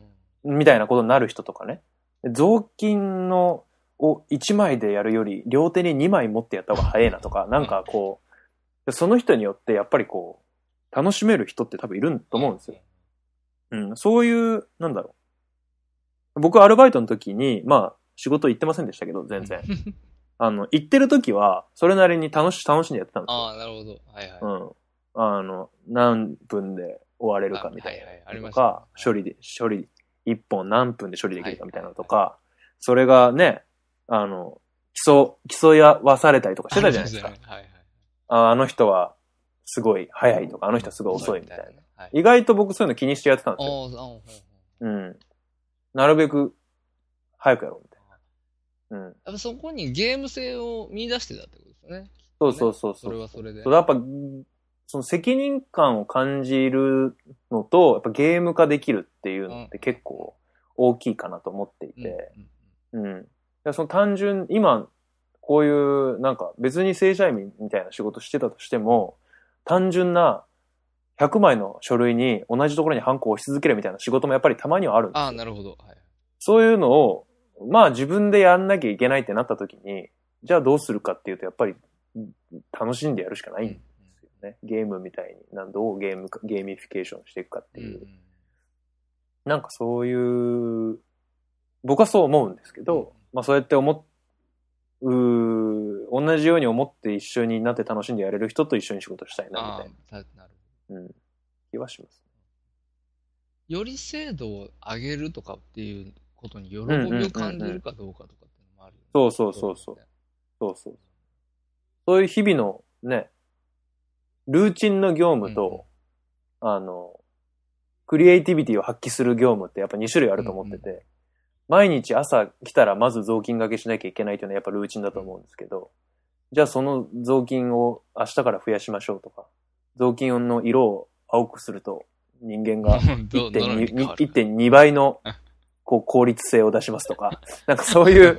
うん。
みたいなことになる人とかね。雑巾のを1枚でやるより両手に2枚持ってやった方が早いなとか、なんかこう、その人によってやっぱりこう、楽しめる人って多分いると思うんですよ。うん、そういう、なんだろう。僕アルバイトの時に、まあ仕事行ってませんでしたけど、全然。あの、行ってる時は、それなりに楽し、楽しんでやってたんですよ。
ああ、なるほど。はいはい。
うん。あの、何分で終われるかみたいな。
はいはいはいありま
と
したねは
か、
い
処理で、処理、一本何分で処理できるかみたいなのとか、それがね、あの、競、競い合わされたりとかしてたじゃないですか。
はいはい。
ああの人はすごい早いとか、あの人はすごい遅いみたいな。。
はい。
意外と僕そういうの気にしてやってたんですよ。
おーあおー
うん。なるべく早くやろうみたいな。うん。
やっぱそこにゲーム性を見出してたってことですよね。
そうそうそうそ。
そうれはそれで。
そうやっぱ、その責任感を感じるのと、やっぱゲーム化できるっていうのって結構大きいかなと思ってい
うんうん
て、うん。だからその単純、今、こういう、なんか別に正社員みたいな仕事してたとしても、単純な100枚の書類に同じところにハンコを押し続けるみたいな仕事もやっぱりたまにはあるんですよ
ああ、なるほど。はい。
そういうのを、まあ自分でやんなきゃいけないってなった時に、じゃあどうするかっていうと、やっぱりうん楽しんでやるしかないんですよね。ゲームみたいに、なんどうゲームか、ゲーミフィケーションしていくかって
うん
いうう。
ん
なんかそういう、僕はそう思うんですけど、
うん
まあそうやって思っ、うー同じように思って一緒になって楽しんでやれる人と一緒に仕事したいなみ
あ
た
あ
いな、
たなるほ
うん、気はします。
ど。より精度を上げるとかっていうことに喜びを感じるかどうかとかっていうのもあるよね。
そうそうそうそう。そうそう。そういう日々のね、ルーチンの業務と、あの、クリエイティビティを発揮する業務ってやっぱ2種類あると思ってて、毎日朝来たらまず雑巾掛けしなきゃいけないというのはやっぱルーチンだと思うんですけど、じゃあその雑巾を明日から増やしましょうとか、雑巾の色を青くすると人間が
どどのように変わるか
1.2倍のこう効率性を出しますとか、 なんかそういう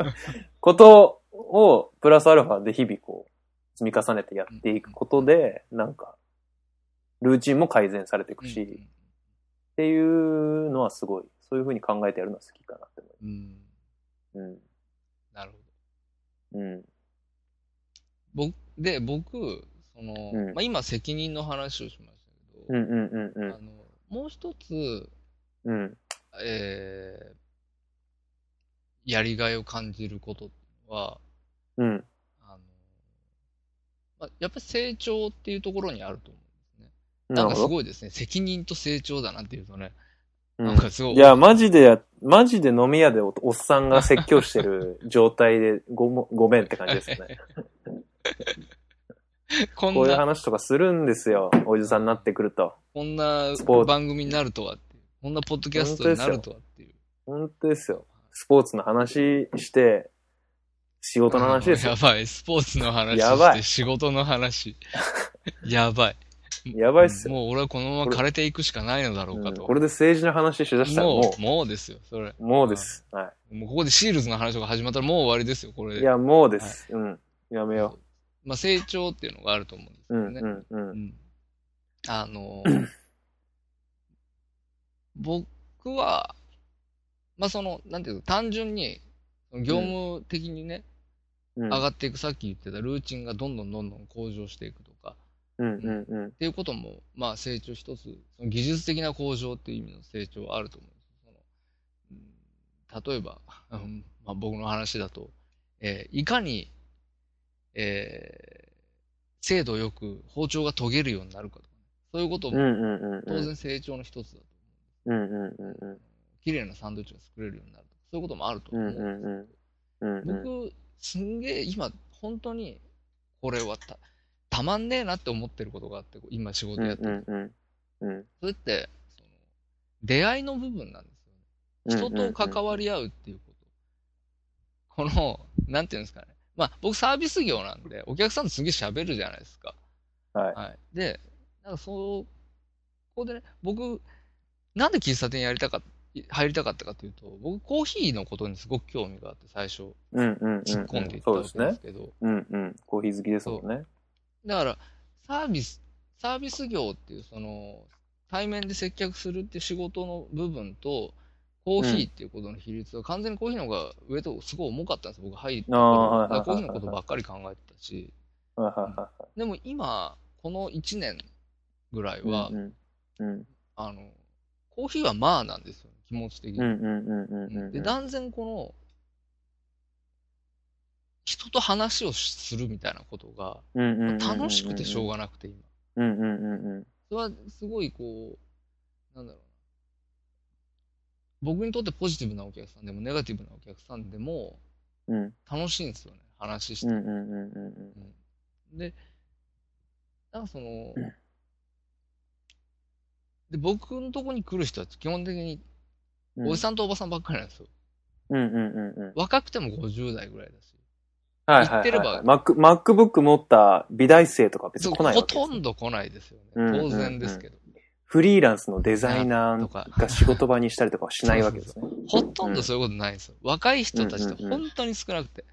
ことをプラスアルファで日々こう積み重ねてやっていくことで、なんかルーチンも改善されていくし、
うんうん
っていうのはすごい、そういうふうに考えてやるのは好きかなって
うん。
思う。
なるほど。
うん。
僕、で、僕、その
う、ん
まあ今責任の話をしました
う
け
ん。う
ど、
んうんうん
あの、もう一つ、
うん。うん。
えーやりがいを感じることは、
うん。
あの、まあ、やっぱり成長っていうところにあると思うんですね。
な
なん
る
か
ほ
す
ど。
ごいですね。責任と成長だなっていうとね、
うん
なんかすごい。
いや、マジでや、マジで飲み屋でおおっさんが説教してる状態でごもごめんって感じですよね。
こん
こういう
な、
話とかするんですよ。おじさんになってくると。
こんな
スポーツ
番組になるとはっていう。こんなポッドキャストになるとはっていう。
本当ですよ。スポーツの話して、仕事の話です
や
よ。
ばい。スポーツの話
やば
し
い
て仕事の話。やばい。
やばいっすよ。
もう俺はこのまま枯れていくしかないのだろうか
う
と。
んこれで政治の話しだしたらも
もう、もうですよ、それ。
う、もうです。は
もうここでシールズの話が始まったらもう終わりですよ、これ。
い。いや、もうです。うん。やめよ
まあ、成長っていうのがあると思うんです
う。
よ
うん、
ね。
う、
うんんあのー僕は、まあ、その、なんていうか、単純に、業務的にね、
うん。
上がっていく、さっき言ってたルーチンがどんどんどんどん向上していくとか、
うん、うん、うん
っ。ていうことも、まあ、成長一つ、その技術的な向上っていう意味の成長はあると思うんですそのうん例えば、 うんまあ、僕の話だと、えーいかに、えー精度よく包丁が研げるようになるかとか、そういうこと
うん、う
も
ん、うん。
当然成長の一つだと
う
思う。
ん、うん、うん、うん。
綺麗なサンドイッチが作れるようになるとか、そういうこともあると
う
思
ん
う。
うんうん。うんうん
僕、すんげえ今、本当に、これはたたまんねえなって思ってることがあって、今仕事
うん
やってる。
うんうん
それって、その出会いの部分なんですよね。
うん
人と関わり合うっていうこと。この、なんていうんですかね。まあ、僕サービス業なんで、お客さんとすげえ喋るじゃないですか。
はい
で、なんかそう、ここでね、僕、なんで喫茶店やりたかっ入りたかったかというと、僕コーヒーのことにすごく興味があって、最初、
うんうんうん
突っ込んでいった
そう
わ
です
けで
ね
すけど、
うんうんコーヒー好きですもんね
だから、サービス、サービス業っていう、その、対面で接客するっていう仕事の部分と、コーヒーっていうことの比率は、完全にコーヒーの方が上とすごい重かったんですよ、僕入って。
ああ
だ
はい
からコー
はい
ヒーのことばっかり考えてたし、
はいは
でも今、この1年ぐらい
い
は
は、いうんうん
あの、コーヒーはまあなんですよ、気持ち的に。
うんうんうんうんうんうん
で、断然この、人と話をするみたいなことが、
うんうんうんうん
楽しくてしょうがなくて、今。
うんうんうんうん
それはすごいこう、なんだろうな。僕にとってポジティブなお客さんでも、ネガティブなお客さんでも、
うん
楽しいんですよね、話して。
うんうんうんうんうん
うんで、なんかその
うん、
で、僕のとこに来る人は基本的に、
うん
おじさんとおばさんばっかりなんですよ。
うんうんうんうん
若くても50代ぐらいだし。
はいはい
言ってれば
はいマック MacBook 持った美大生とか別
そう
に来ない
ほ
わけで
と
すね
んど来ないですよね。
うんうんうん
当然ですけど。
フリーランスのデザイナ
とか
ーが仕事場にしたりとかはしないわけですね
ほとんどそういうことないんですよ。若い人たちって本当に少なくて。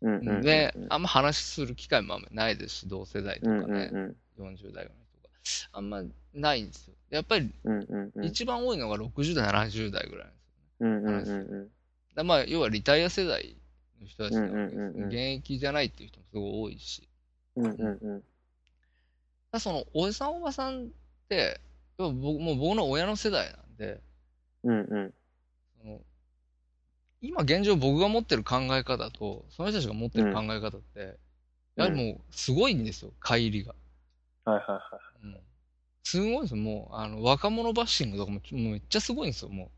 うんうんうん
で、あんま話する機会もあんまないですし、同世代と
う
か
ん
ね、
うんうん
40代の人が。あんまないんですよ。やっぱり
うんうんうん
一番多いのが60代、70代ぐらいなんですよね。
うんうんうん
だまあ、要はリタイア世代の人たちなわけです
うんう
ね
んうんうん
現役じゃないっていう人もすごい多いし。
うんうんうん
だその、おじさんおばさんって、要は僕もう僕の親の世代なんで、
うんうん
その今現状僕が持ってる考え方と、その人たちが持ってる考え方って、やはりもうすごいんですよ、乖離が。
はいはいはい
うんすごいんですよ、もう、あの、若者バッシングとかも、もうめっちゃすごいんですよ、も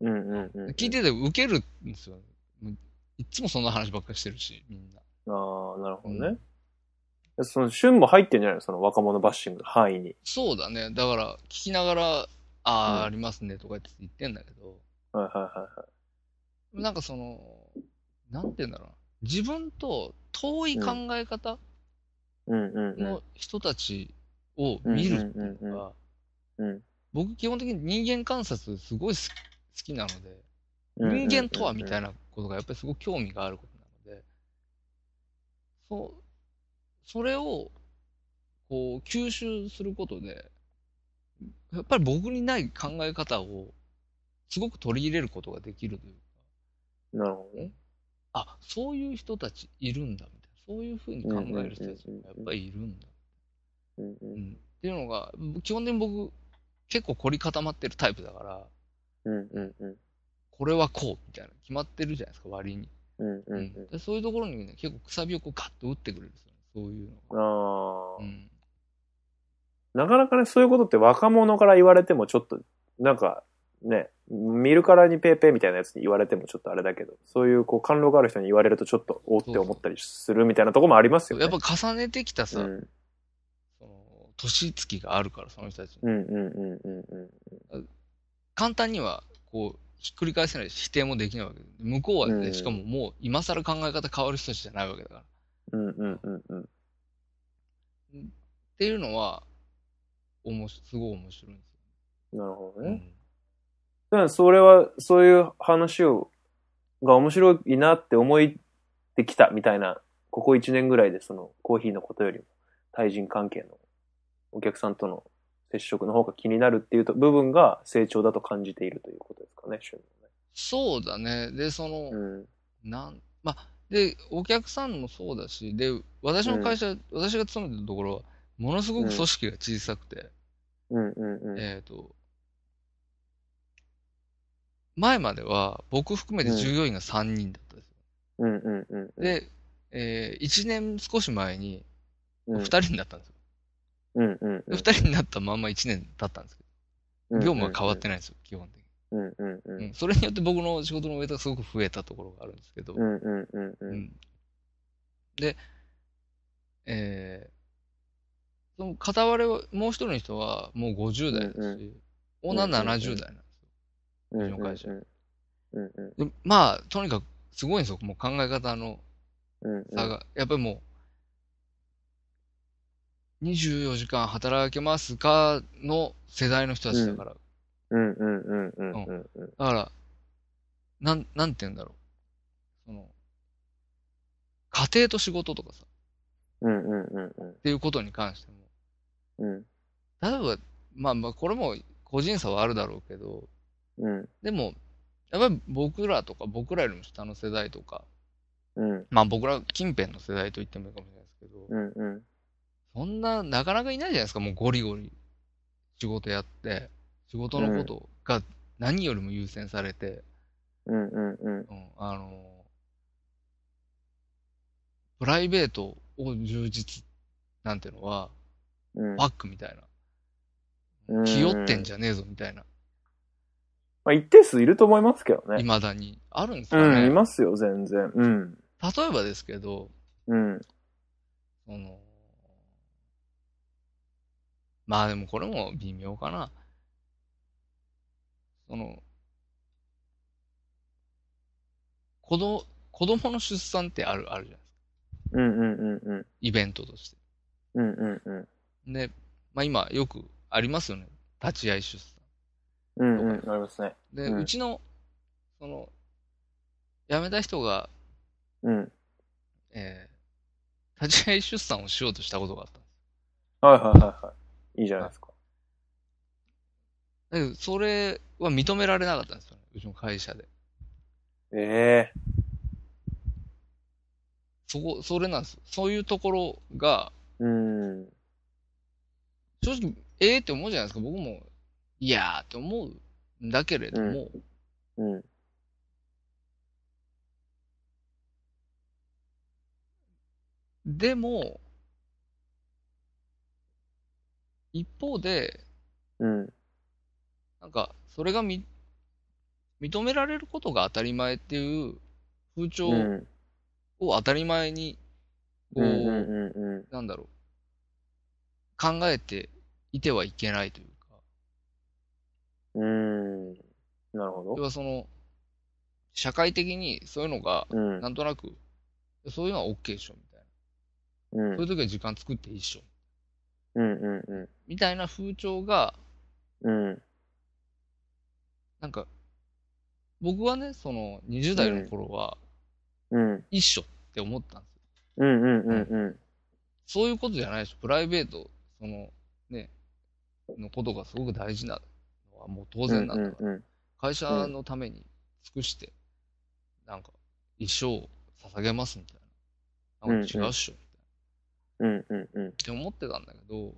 うんうんう
う。
ん
聞いてて受けるんですよ。もういつもそんな話ばっかりしてるし、みんな。
ああ、なるほど
う
ね
ん。
その、旬も入ってんじゃないのその若者バッシングの範囲に。
そうだね。だから、聞きながら、ああ、
うん
ありますね、とかって言ってんだけど、
はいはいはいはい。
なんかその、なんて言うんだろうな。自分と遠い考え方
うんうんうん
の人たちを見るっていう
うんうんうん
の
う
が、
うんうん
僕基本的に人間観察すごい好き好きなので、
うんうんうん。
人間とはみたい
な。
なことがやっぱりすごく興味があることなので、そう、それを、こう、吸収することで、やっぱり僕にない考え方を、すごく取り入れることができるという
な
か、
るほどね。
あ、そういう人たちいるんだ、みたいな。そういうふうに考える人たちがやっぱりいるんだ。
うん
う
うん
ん。っていうのが、基本的に僕、結構凝り固まってるタイプだか
う
ら、
んうんうん
これはこう、みたいな。決まってるじゃないですか、割に。
うんうんうん
でそういうところにね、結構くさびをこうガッと打ってくれるんですよね、そういうのが。
ああ
うん、
なかなかね、そういうことって若者から言われてもちょっと、なんか、ね、見るからにペーペーみたいなやつに言われてもちょっとあれだけど、そういうこう感動がある人に言われるとちょっとおーって思ったりするみたいなとこもあります
そう
よね。
やっぱ重ねてきたさ、
うん
その年月があるから、その人たちに。
うんうんうんうんうん。
簡単には、こう、ひっくり返せないし、否定もできないわけで。向こうは、ね
うん
しかももう、今更考え方変わる人たちじゃないわけだから。っ
うんうんうんうん。
ていうのは、おもし、すごい面白いんですよ。
なるほど
う
ね。
ん
だからそれは、そういう話を、が面白いなって思いてきたみたいな、ここ1年ぐらいでそのコーヒーのことよりも、対人関係のお客さんとの接触の方が気になるっていうと部分が成長だと感じているということですかね、旬
そうだね。で、その、
のね。
なん、まあ、で、お客さんもそうだし、で、私の会社、私が勤めてるところは、ものすごく組織が小さくて、
うん。うんうんうん。
えっと、前までは僕含めて従業員が3人だったんですよ。
うんうんうん。
で、え1年少し前に
うん、
2人になったんですよ。
うんうんうん。
で2人になったまま1年経ったんですけど、業務は変わってないんですよ、基本的に。
うんうんうん。
うんそれによって僕の仕事の上がすごく増えたところがあるんですけど、
うんうんうんう。
うんんで、えーその片割れは、もう一人の人はもう50代だし、
うんう
女70代なんですよ。
うんうん
うちの会社
うんうん
でまあ、とにかくすごいんですよ、もう考え方の
うんうん。
差が。やっぱりもう、24時間働けますかの世代の人たちだから、
うんうんうんうんうんうん。
だから、なん、なんて言うんだろう。その、家庭と仕事とかさ、っ
うんうんうん
ていうことに関しても、
うん。
例えば、まあまあ、これも個人差はあるだろうけど、
うん
でも、やっぱり僕らとか、僕らよりも下の世代とか、
うん
まあ僕ら近辺の世代と言ってもいいかもしれないですけど、
うんうん
そんな、なかなかいないじゃないですか、もうゴリゴリ仕事やって、仕事のことが何よりも優先されて、
うんうんうん
うん、あの、プライベートを充実なんていうのは、
うん
バックみたい
うん
な、気負ってんじゃねえぞみたいな、
まあ一定数いると思いますけどね。
未だにあるんですか
うん、い
ね。
ますよ、全然。うん。
例えばですけど、
うん。
その、まあでもこれも微妙かな。その、子供、子供の出産ってある、あるじゃないですか。
うんうんうんうん。
イベントとして。
うんうんうん。
で、まあ今よくありますよね。立ち会い出産。
うんうん。ありますね。
で、
うん
うちの、その、辞めた人が、
うん。
えー立ち会い出産をしようとしたことがあったんです。
はいはいはいはい。いいじゃないですか。
だけど、それは認められなかったんですよね。うちの会社で。
ええ。
そこ、それなんですよ。そういうところが、
うん。
正直、ええって思うじゃないですか。僕も、いやーって思うんだけれども、
うん。
でも、一方で、
うん。
なんか、それがみ、認められることが当たり前っていう風潮
う
を
ん。
当たり前に、こ
うんうん
う、
うんう
なんだろう、考えていてはいけないというか、
ん。うん。なるほ
要はその、社会的にそういうのが、
ど。うん。
なんとなく、そういうのは OK でしょ、みたいな。
うん
そういう時は時間作っていいっしょ。
うんうん
みたいな風潮が、
うん。うん。
なんか、僕はね、その、20代の頃は、
うん。
一緒って思ったんですよ。
うんうんうんうん。
そういうことじゃないでしょ。プライベート、その、ね、のことがすごく大事なのはもう当然なんだから、
うんうん
会社のために尽くして、なんか、一生を捧げますみたいな。なんか違うっしょ、み
うんうんうん
たいな。って思ってたんだけど、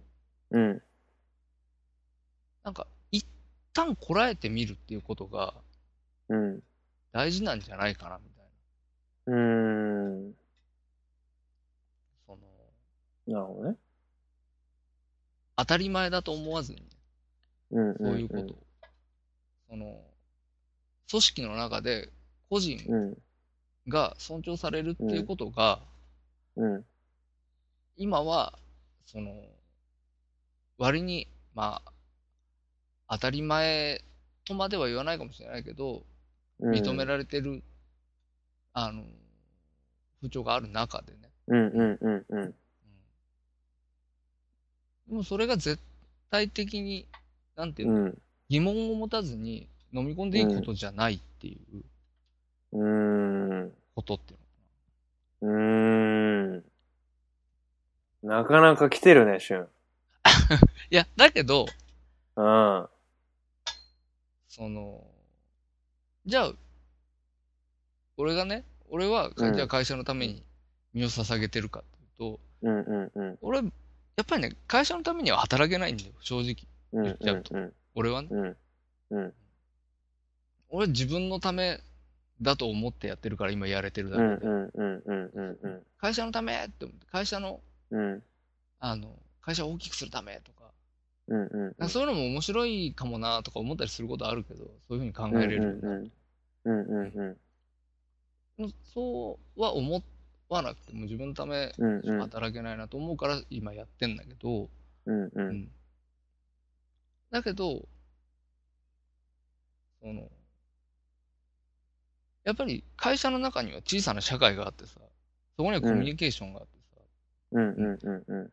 うん
なんか、一旦こらえてみるっていうことが
うん
大事なんじゃないかな、みたいな。
うん
その、
なるほどね。
当たり前だと思わずに、
うん
そういうことを
ん。
その、組織の中で個人
うん
が尊重されるっていうことが、
うん
今は、その、割に、まあ、当たり前とまでは言わないかもしれないけど、
うん
認められてる、あの、風潮がある中でね。
うんうんうんうん
うんでもそれがぜ、体的に、なんていう
う
の、
ん。
疑問を持たずに飲み込んでいいことじゃないっていう
うーん。
ことっていうの。
うーん。なかなか来てるね、シュン。
いや、だけど、
うん。
その、じゃあ、俺がね、俺は、
うん
じゃあ会社のために身を捧げてるかっていうと、
うんうんうん。
俺、やっぱりね、会社のためには働けないんだよ、正直。
うん
言っちゃうと
うん
俺はね。
うん。うん。
俺自分のためだと思ってやってるから今やれてるだ
う
けで、
んうんうんうんうんうん
会社のためって思って、会社の、
うん
あの、会社を大きくするためとか、
うんうん
なんかそういうのも面白いかもなとか思ったりすることあるけど、そういうふうに考えれるようになる。
うんうんうん
もうそうは思わなくても自分のため
うんうん
働けないなと思うから今やってんだけど、
うんう
うんんだけど、その、やっぱり会社の中には小さな社会があってさ、そこにはコミュニケーションがあってさ、
うんうんうんうん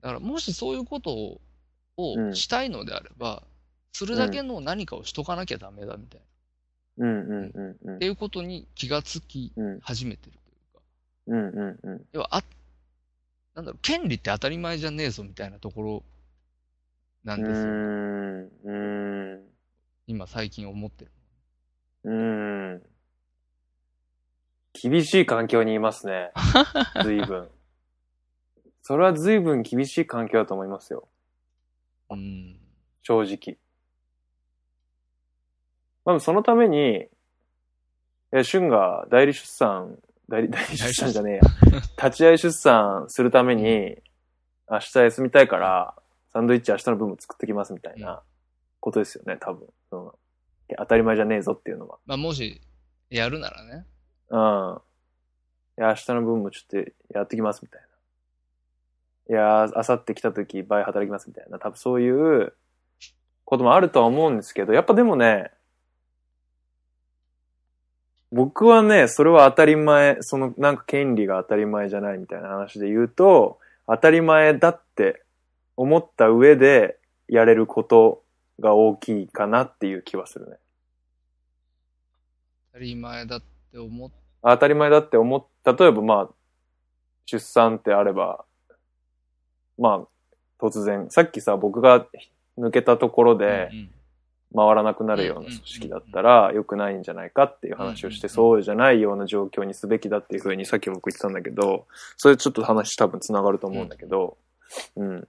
だからもしそういうことを
う
を
ん
したいのであれば、それだけの何かをしとかなきゃダメだみたいな、
うんうんうんうん
っていうことに気がつき
うん
始めてるという
う
か、
んうんうん
要はあ、なんだろう、権利って当たり前じゃねえぞみたいなところなんですよ、
うーんう
今最近思ってる。
ーんうーん厳しい環境にいます ね。随分。それは随分厳しい環境だと思いますよ。
うん。
正直。まあ、そのために、いや、シュンが代理出産、代理、代理出産じゃねえや。立ち会い出産するために、明日休みたいから、サンドイッチ明日の分も作ってきますみたいなことですよね、多分。そのいや当たり前じゃねえぞっていうの
まあもし、やるならね。
は。うん。いや、明日の分もちょっとやってきますみたいな。いや、明後日来た時倍働きますみたいな。多分そういうこともあるとは思うんですけど、やっぱでもね、僕はね、それは当たり前、そのなんか権利が当たり前じゃないみたいな話で言うと、当たり前だって思った上でやれることが大きいかなっていう気はするね。
当たり前だって思っ
当たり前だって思っ、例えばまあ、出産ってあれば、まあ、突然、さっきさ、僕が抜けたところで、
うんうん
回らなくなるような組織だったら良くないんじゃないかっていう話をして、そうじゃないような状況にすべきだっていうふうにさっき僕言ってたんだけど、それちょっと話多分つながると思うんだけど、うん。やっ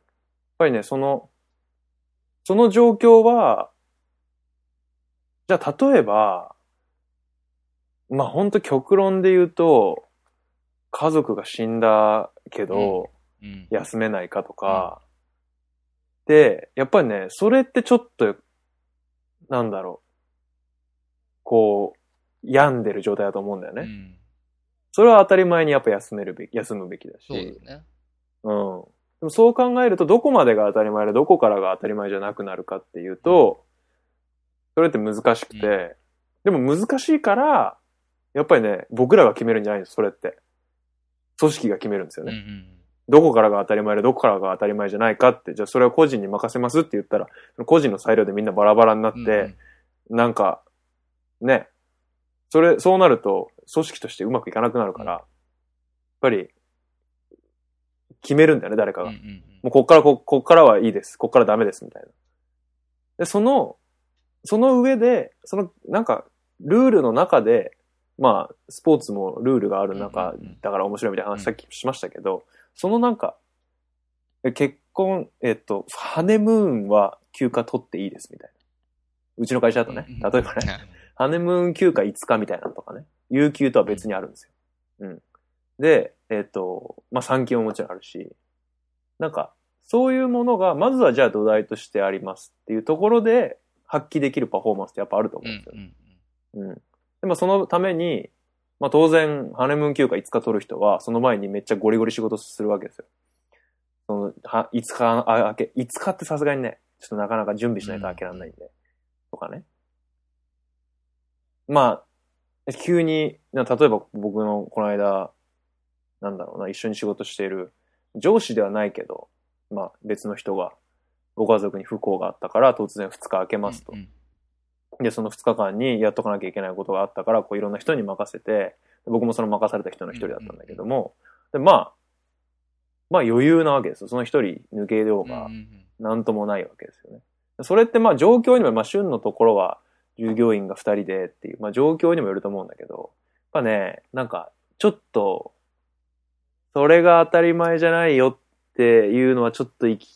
ぱりね、その、その状況は、じゃあ例えば、まあ本当極論で言うと、家族が死んだけど、
うん
休めないかとか、で、やっぱりね、それってちょっと、なんだろう、こう、病んでる状態だと思うんだよね。
うん
それは当たり前にやっぱ休めるべき、休むべきだし。
そうだね。
うん。でもそう考えると、どこまでが当たり前で、どこからが当たり前じゃなくなるかっていうと、それって難しくて、でも難しいから、やっぱりね、僕らが決めるんじゃないんです、それって。組織が決めるんですよ
うんう
ね。
ん
どこからが当たり前でどこからが当たり前じゃないかって、じゃあそれは個人に任せますって言ったら、その個人の裁量でみんなバラバラになっ
う
て、
ん。うん
なんか、ね、それ、そうなると組織としてうまくいかなくなるから、
うん
やっぱり、決めるんだよね、誰か
う
が。
んうんう
もうんこっからこ、こっからはいいです。こっからダメです、みたいな。で、その、その上で、その、なんか、ルールの中で、まあ、スポーツもルールがある中
うんうんうん
だから面白いみたいな話
うん
さっきしましたけど、そのなんか、え結婚、えっと、ハネムーンは休暇取っていいです、みたいな。うちの会社だとね、
うんうん
例えばね、ハネムーン休暇5日みたいなのとかね、有給とは別にあるんですよ。うん。で、えっ、と、まあ、産休ももちろんあるし、なんか、そういうものが、まずはじゃあ土台としてありますっていうところで、発揮できるパフォーマンスってやっぱあると思
う
うんんですよ
う
ね。
ん
うん。でもそのために、まあ、当然、ハネムーン休暇5日取る人は、その前にめっちゃゴリゴリ仕事するわけですよ。その、は、5日、あ、明け、5日ってさすがにね、ちょっとなかなか準備しないと開けられないんで、とかね。まあ、急に、な例えば僕のこの間、なんだろうな、一緒に仕事している、上司ではないけど、まあ別の人が、ご家族に不幸があったから、突然2日明けますと
う。ん
で、その2日間にやっとかなきゃいけないことがあったから、こういろんな人に任せて、僕もその任された人の一人だったんだけども、で、まあ、まあ余裕なわけですよ。その一人抜けよ
う
うん
うんう
が
ん
なんともないわけですよね。それってまあ状況にも、まあ旬のところは従業員が2人でっていう、まあ状況にもよると思うんだけど、やっぱね、なんかちょっと、それが当たり前じゃないよっていうのはちょっといき、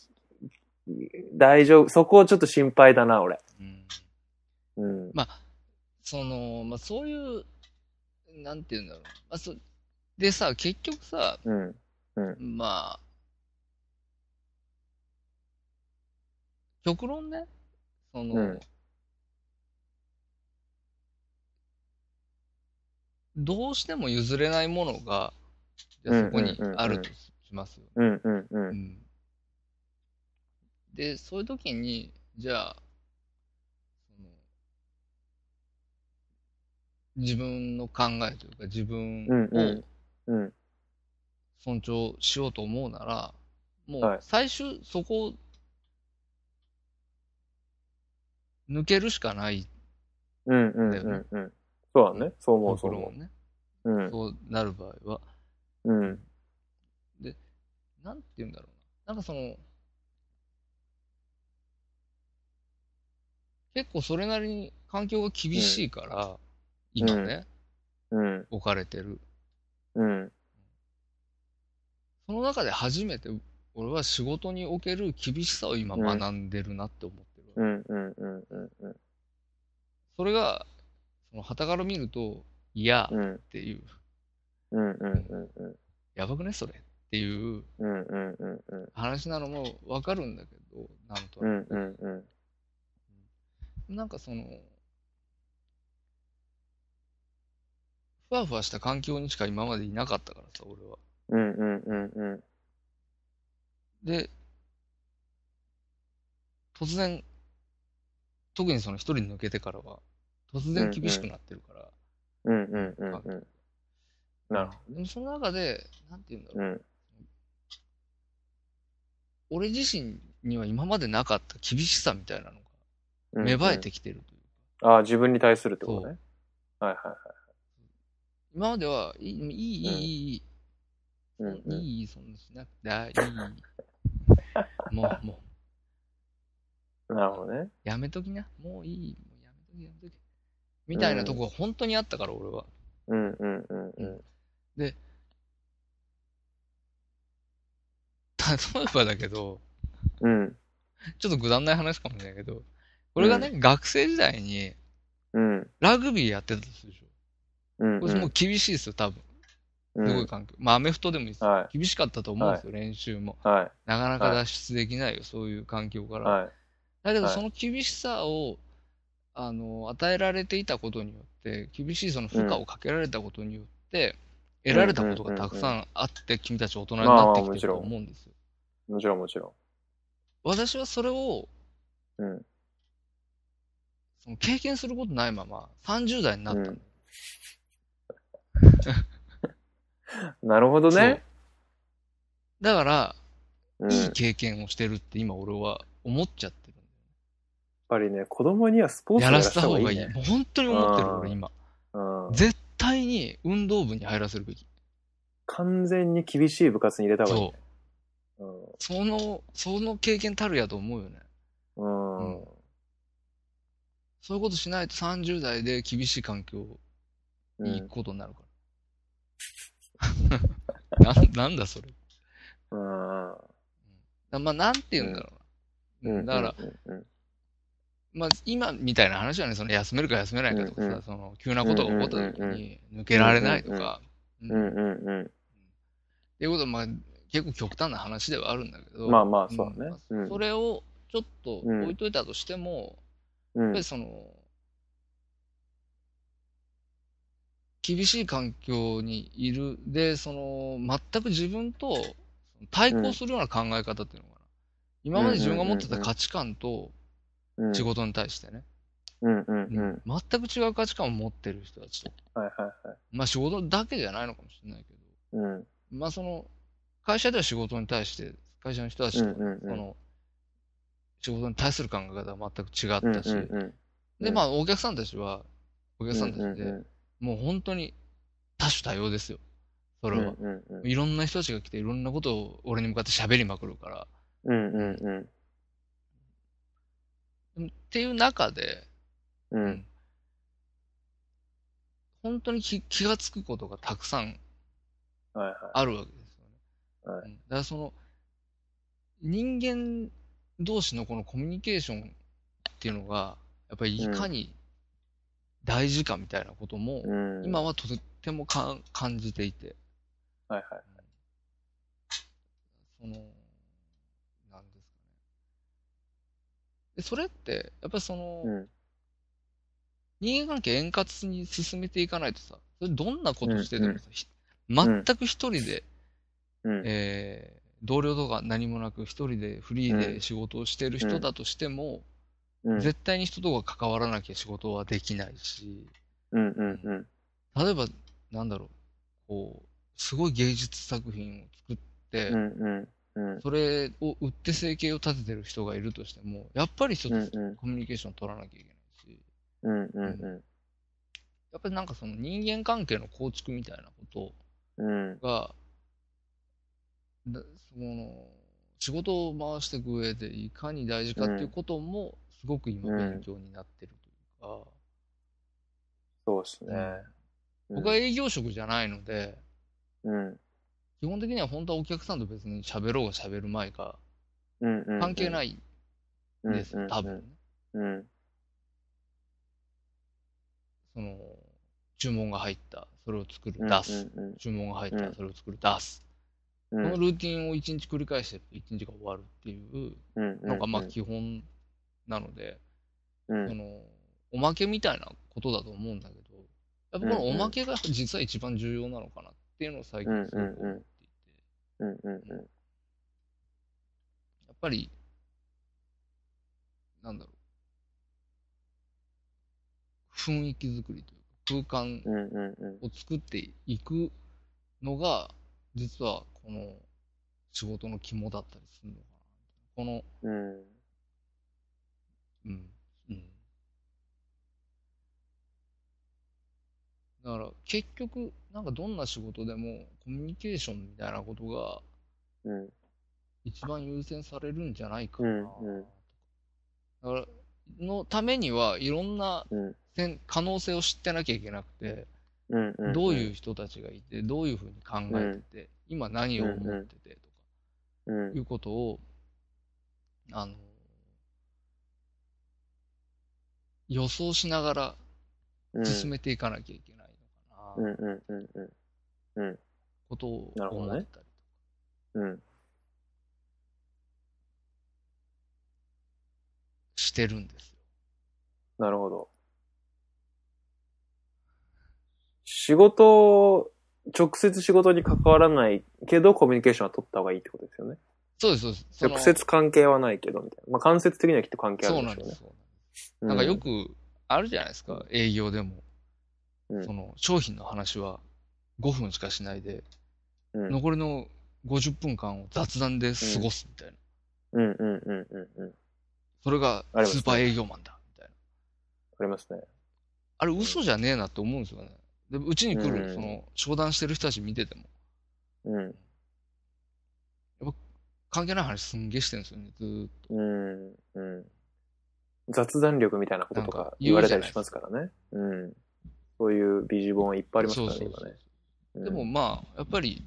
大丈夫、そこをちょっと心配だな、俺。
うん
うん。
まあ、その、まあそういう、なんて言うんだろう。まあ、そでさ、結局さ、
うん。
まあ、極論ね、その、
うん
どうしても譲れないものが、じ
う
ゃあ
ん
そこに
うんうんうん
あるとしますよ。
うんうんう。
うんんで、そういう時に、じゃあ、その自分の考えというか、自分
うんう
を
んうん。
尊重しようと思うなら、も
はいう
最終そこを抜けるしかない、
うんうんうんうん。そうだね。そう思う、そう
ろ
思
んね。
う。うん。
そうなる場合は、
うん。
なんて言うんだろうな。なんかその、結構それなりに環境が厳しいから、今ね、
うん。
置かれてる。
うん。
その中で初めて、俺は仕事における厳しさを今学んでるなって思ってる。
うんうんうんうんうん。
それが、その、傍から見ると、いや
う、ん
っていう、
うんうんうんうん。
やばくねそれっていう
うんうんうんうん。
話なのもわかるんだけど、なんと
う
なく
んうんうん。
なんかその、ふわふわした環境にしか今までいなかったからさ、俺は。
うんうんうんうん。
で、突然、特にその一人抜けてからは、突然厳しくなってるから。
うんうんうんうん。なるほ
でもその中で、なんて言うんだろう
ど。。うん。
俺自身には今までなかった厳しさみたいなの
う
が
ん
芽生え。てきてるというか、
ああ、自分に対するってことね。はいは
今までは、いい、いい、いい、
い
い
はい。うんうん。
い、いい、そんなしなくて、あい い。もう、もう、
なるほどね。
やめときな、もういい、もうやめとき、やめとき。みたいなとこが本当にあったから、俺は。
うんうんうんうん。
例えばだけど、
うん
ちょっとくだんない話かもしれないけど、俺がね、学生時代に
うん
ラグビーやってたとするでしょ。
うん。
これもう厳しいですよ、多分。すごい環境。まあ、アメフトでもいいですよ
は
厳しかったと思うんですよ、練習も。
いは
なかなか脱出できないよ、そういう環境か
い
ら。
は
だけど、
はい
その厳しさを、あの、与えられていたことによって、厳しいその負荷をかけられたことによって、得られたことがたくさんあって、君たち大人になってきてると思うんですよ。
い。もちろんもちろ
私はそれを、
ん。うん。
その経験することないまま、30代になったの。
うんなるほど
そう
ね。
だから、
うん。
い
や
い
っ
経験をしてるって今俺は思っちゃってる。
ぱりね、子供にはスポーツを
や
やら
ら
せ
せ
た
た
方
方
がい
が
い
いい。
ね。
もう本当に思ってる、
うん
俺今。
うん。
絶対に運動部に入らせるべき。
完全に厳しい部活に入れた方がいい
そ
ね
う。。
うん
その、その経験たるやと思うよね。
うん
うんそういうことしないと30代で厳しい環境
う
に行
ん
くことになるか ら。なんなんだそれ。
うん
だまあなんて言うんだろうな。
うん。
だから、
うん、うん
まあ今みたいな話はね、その休めるか休めないかとかさ、
うんうん
その急なことが起こった時
うんうん
に抜けられないとか、
うんうん
う
うん
っ
んうんうん
ていうことはまあ結構極端な話ではあるんだけど、
まあまあ、そうだね。
うんまあそれをちょっと置いといたとしても、
う
やっ
ん
ぱりその、厳しい環境にいる、で、その、全く自分と対抗するような考え方っていうのかな。今まで自分が持ってた価値観と
うん
仕事に対してね、
うんうんうん。
全く違う価値観を持ってる人たちと。
はいはいはい。
まあ仕事だけじゃないのかもしれないけど、
うん
まあその、会社では仕事に対して、会社の人たちと、
うんうんうん
その、仕事に対する考え方は全く違
うん
ったし、
うんうん
で、まあ、お客さんたちは、お客さんた
うん
ち
うん
で、
うん
もう本当に多種多様ですよ。それは。
うんうんうん
いろんな人たちが来て、いろんなことを俺に向かって喋りまくるから。
うんうん
うんっていう中で、
うんうん
本当に気気がつくことがたくさん
はいはい
あるわけですよね。
はい
うんだからその、人間同士のこのコミュニケーションっていうのが、やっぱりいかに大事かみたいなことも、
うん
今はとってもか感じていて、
はいはい
その、なんですかね。で、それって、やっぱりその、
うん
人間関係円滑に進めていかないとさ、それどんなことしててもさ、ひ
ん
全く一人で、
うん
えー同僚とか何もなく一人でフリー
う
で
ん
仕事をしてる人だとしても、
うん
絶対に人とは関わらなきゃ仕事はできないし、
うんうんうん
例えば、なんだろう、こう、すごい芸術作品を作って、
うんうんうん
それを売って生計を立ててる人がいるとしても、やっぱり人
うん
と
うん
コミュニケーションを取らなきゃいけないし、
うんうん
やっぱりなんかその人間関係の構築みたいなこ
うん
とが、だその仕事を回していく上でいかに大事かっていうことも、すごく今勉強になってるというか、
そうですね
うん僕は営業職じゃないので、
うん
基本的には本当はお客さんと別に喋ろうが喋る前か、
うんうん
関係ないいんですよ、多分ね。
うん
その、注文が入った、それを作る、
うん
出す。
うん
注文が入った
う
ら
ん
それを作る、出す。
う
こ
ん
のルーティンを一日繰り返してると一日が終わるっていう
うん
のがまあ基本なので、
うん
そのおまけみたいなことだと思うんだけど、やっぱこのおまけが実は一番重要なのかなっていうのを最近すごく思っていて、
うんうんうん
やっぱり、なんだろう、雰囲気作りというか、空間
うんうんうん
を作っていくのが、実はこの仕事の肝だったりするのかな。こ
う
の、
ん
うん、うん。だから結局、なんかどんな仕事でもコミュニケーションみたいなことが
うん
一番優先されるんじゃないかな。
うんうん
だから、のためにはいろんな
うん
せん可能性を知ってなきゃいけなくて、
うんうん
どういう人たちがいて、どういうふうに考えてて、今何を思っててと
うん
か、いうことを、あの、予想しなが
うん
ら進めていかなきゃいけないのかな、
うんうんうんうん
ことを
なるほ
思
どね
ったりとか。
うん
してるんですよ。
なるほど。仕事、直接仕事に関わらないけど、コミュニケーションは取った方がいいってことですよね。
そうです、そうです。その
直接関係はないけど、みたいな。まあ、間接的にはきっと関係あ
そう
るんでしょう
なんで
ね
す。。そうなんです
う
なんかよ、くあるじゃないですか、営業でも。
うん
その商品の話は5分しかしないで、
うん
残りの50分間を雑談で過ごすみたいな。
うんうんうんうんうん。
それが
ありますね
スーパー営業マンだ、みたいな。
ありますね。
あれ嘘じゃねえなって思うんですよね。で、うちに来
う
る、
ん
その、商談してる人たち見てても、
うん。
関係ない話すんげえしてるんですよね、ずーっと。
うん。うん。雑談力みたいなことと
なん
か
か
言われたりしますからね。うん。そういうビジボンいっぱいありますからね、
そうそう
今
そう
ね。うん
でもまあ、やっぱり、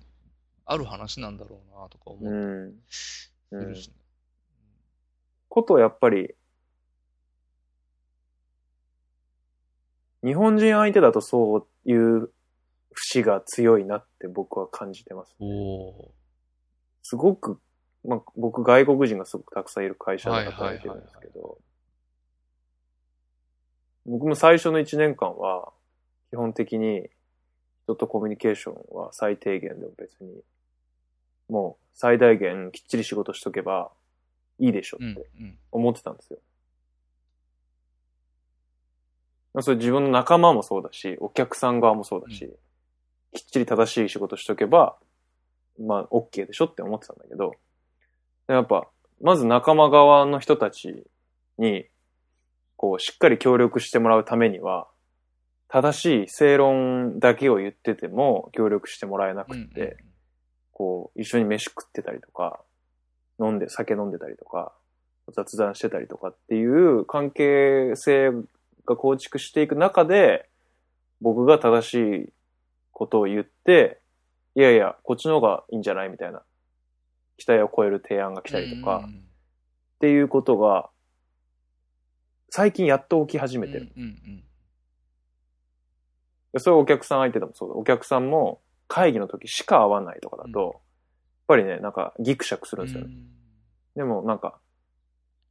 ある話なんだろうなとか
う
思っ
ん。
て
うん
るし、ね
ことやっぱり、日本人相手だとそういう節が強いなって僕は感じてます。
お
すごく、まあ、僕外国人がすごくたくさんいる会社で働いてるんですけど、僕も最初の1年間は基本的に人とコミュニケーションは最低限でも別に、もう最大限きっちり仕事しとけばいいでしょ
ー。う
っ
ん、
て
うん。
思ってたんですよ。それ自分の仲間もそうだし、お客さん側もそうだし、きっちり正しい仕事しとけば、まあ、OK でしょって思ってたんだけど、やっぱ、まず仲間側の人たちに、こう、しっかり協力してもらうためには、正しい正論だけを言ってても協力してもらえなくって、こう、一緒に飯食ってたりとか、飲んで、酒飲んでたりとか、雑談してたりとかっていう関係性が構築していく中で、僕が正しいことを言って、いやいや、こっちの方がいいんじゃないみたいな、期待を超える提案が来たりとか、っていうことが、最近やっと起き始め
決
てる。。
うんうん
でそれはお客さん相手でもそうだ。お客さんも会議の時しか会わないとかだと、
うん
やっぱりね、なんかギクシャクするんですよね。
う
でもなんか、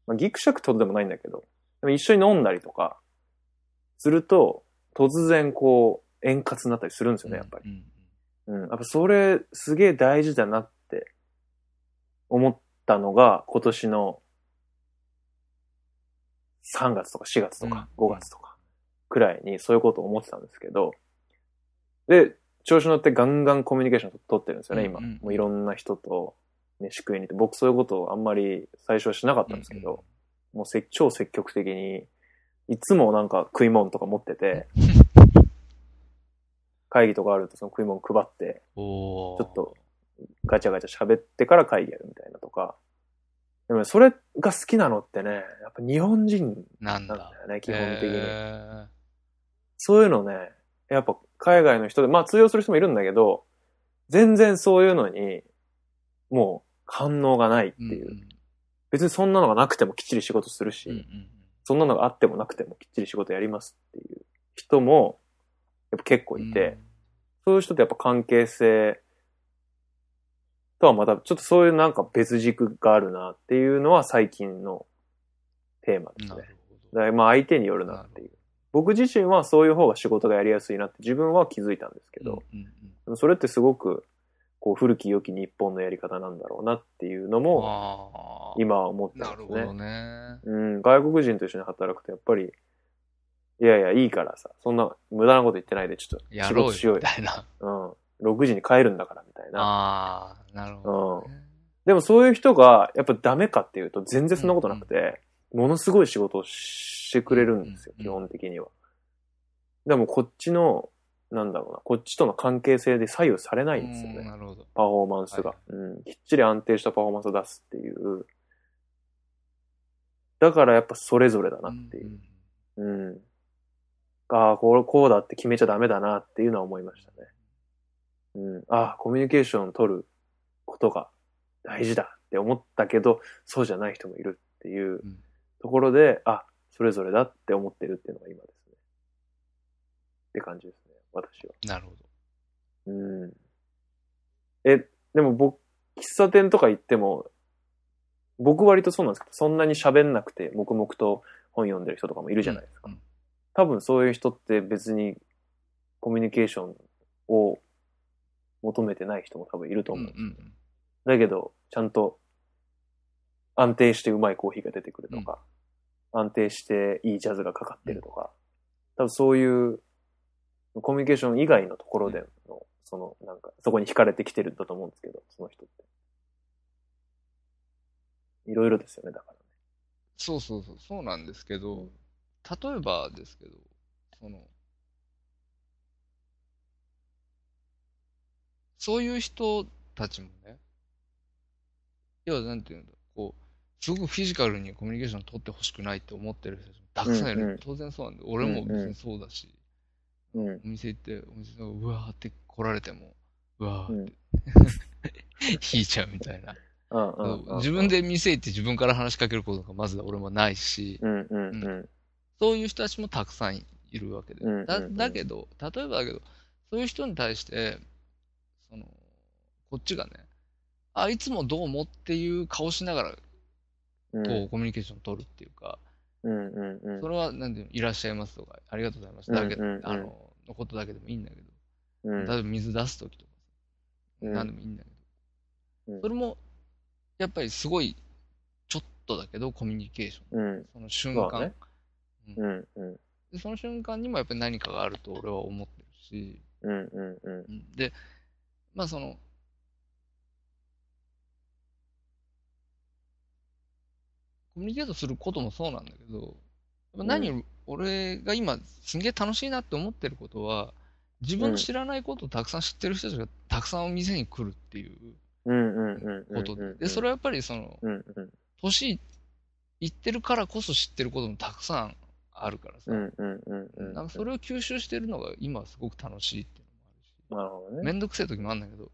まあ、ギクシャクとでもないんだけど、でも一緒に飲んだりとか、すると、突然こう、円滑になったりするんですよ
ん
ね、やっぱり。
り。うん
うん。やっぱそれ、すげえ大事だなって、思ったのが、今年の、3月とか4月とか
うん
5月とか、くらいにそういうことを思ってたんですけど、で、調子乗ってガンガンコミュニケーション取ってるんですよね、今。
うんうん
もういろんな人と飯食いに行って、僕そういうことをあんまり最初はしなかったんですけど、もうせ超積極的に、いつもなんか食い物とか持って て、会議とかあるとその食い物配って、
お
ちょっとガチャガチャ喋ってから会議やるみたいなとか。でもねそれが好きなのってね、やっぱ日本人
と、なん
なん
だ
だ。よね、基本的に。
へ
そういうのね、やっぱ海外の人で、まあ通用する人もいるんだけど、全然そういうのに、もう反応がないって
ー
いう。
んん
別にそんなのがなくてもきっちり仕事するし、
うんうん
そんなのがあってもなくてもきっちり仕事やりますっていう人も、やっぱ結構いて、そういう人とやっぱ関係性とはまたちょっとそういうなんか別軸があるなっていうのは最近のテーマ
う
で
ん
す
な
ね
る。ほ
だからまあ相手によるなっていう。僕自身はそういう方が仕事がやりやすいなって自分は気づいたんですけど
ど、。うんうんうん
でもそれってすごくこう古き良き日本のやり方なんだろうなっていうのも
あー
今は思ってま
な
す
るほ
ね
ど。ね。
うん、外国人と一緒に働くとやっぱり、いやいや、いいからさ、そんな無駄なこと言ってないで、ちょっと
や
仕
ろ
事
う
しよ
よ、
う
み
よ。
たいな。
うん。6時に帰るんだから、みたいな。
ああ、なるほどね。
でもそういう人が、やっぱダメかっていうと、全然そんなことなくて、ものすごい仕事をしてくれるんですよ、
うん
基本的には。でもこっちの、なんだろうな、こっちとの関係性で左右されないんですよ
うーん
ね、
なるほど。
パフォーマンスが
は、
うん。きっちり安定したパフォーマンスを出すっていう。だからやっぱそれぞれだなっていう。
んん
うん。ああ、これ、こうだって決めちゃダメだなっていうのは思いましたね。うん。ああ、コミュニケーションを取ることが大事だって思ったけど、そうじゃない人もいるっていう
うん
ところで、あ、それぞれだって思ってるっていうのが今ですね。って感じですね、私は。
なるほど。
うん。え、でも僕、喫茶店とか行っても、僕割とそうなんですけど、そんなに喋んなくて、黙々と本読んでる人とかもいるじゃないですか。
うんうん
多分そういう人って別にコミュニケーションを求めてない人も多分いると思う。
うんうん
だけど、ちゃんと安定してうまいコーヒーが出てくるとか、安定していいジャズがかかってるとか、多分そういうコミュニケーション以外のところでの、そのなんか、そこに惹かれてきてるんだと思うんですけど、その人って。いろいろですよね、だからね。
そうそうそう、そうなんですけど、例えばですけど、その、そういう人たちもね、要はなんていうんだ、こう、すごくフィジカルにコミュニケーション取ってほしくないって思ってる人たちもたくさんいる。
うんうん
当然そうなんで、俺も別にそうだし、
うん。
お店行って、お店がうわーって来られても、うわーって、 引いちゃうみたいな。
うんうんうん。
自分。で店行って自分から話しかけることがまず俺もないし、
うんうんうん。
そういう人たちもたくさんいるわけで
うんうんう。ん
だだけど、例えばだけど、そういう人に対して、その、こっちがね、あ、いつもどうもっていう顔しながら、こ
うん
う、
う
コミュニケーション取るっていうか、
んうんうん
そ。れは、なんていうの、いらっしゃいますとか、ありがとうございますだけ、
うんうんうん
あの、のことだけでもいいんだけど、
うん
例えば水出すときとか、
うん
何でもいいんだけ
う
ど
ん、
それも、やっぱりすごい、ちょっとだけど、コミュニケーション。
うん
その瞬
そうだ
間
ね。うんうん
でその瞬間にもやっぱり何かがあると俺は思ってるし、
うんうんうん
うんで、まあその、コミュニケートすることもそうなんだけど、やっぱ何より俺が今すげえ楽しいなって思ってることは、自分の知らないことをたくさん知ってる人たちがたくさんお店に来るっていう
うんうんうんうん
こ
う
と
んう
で
ん。
で、それはやっぱりその、
うんうん
年いってるからこそ知ってることもたくさんあるからさ、
うんうんうんうん。
なんかそれを吸収してるのが今はすごく楽しいっていうのもあるし、
なるほどね。
めんどくせえ時もあるんだけど、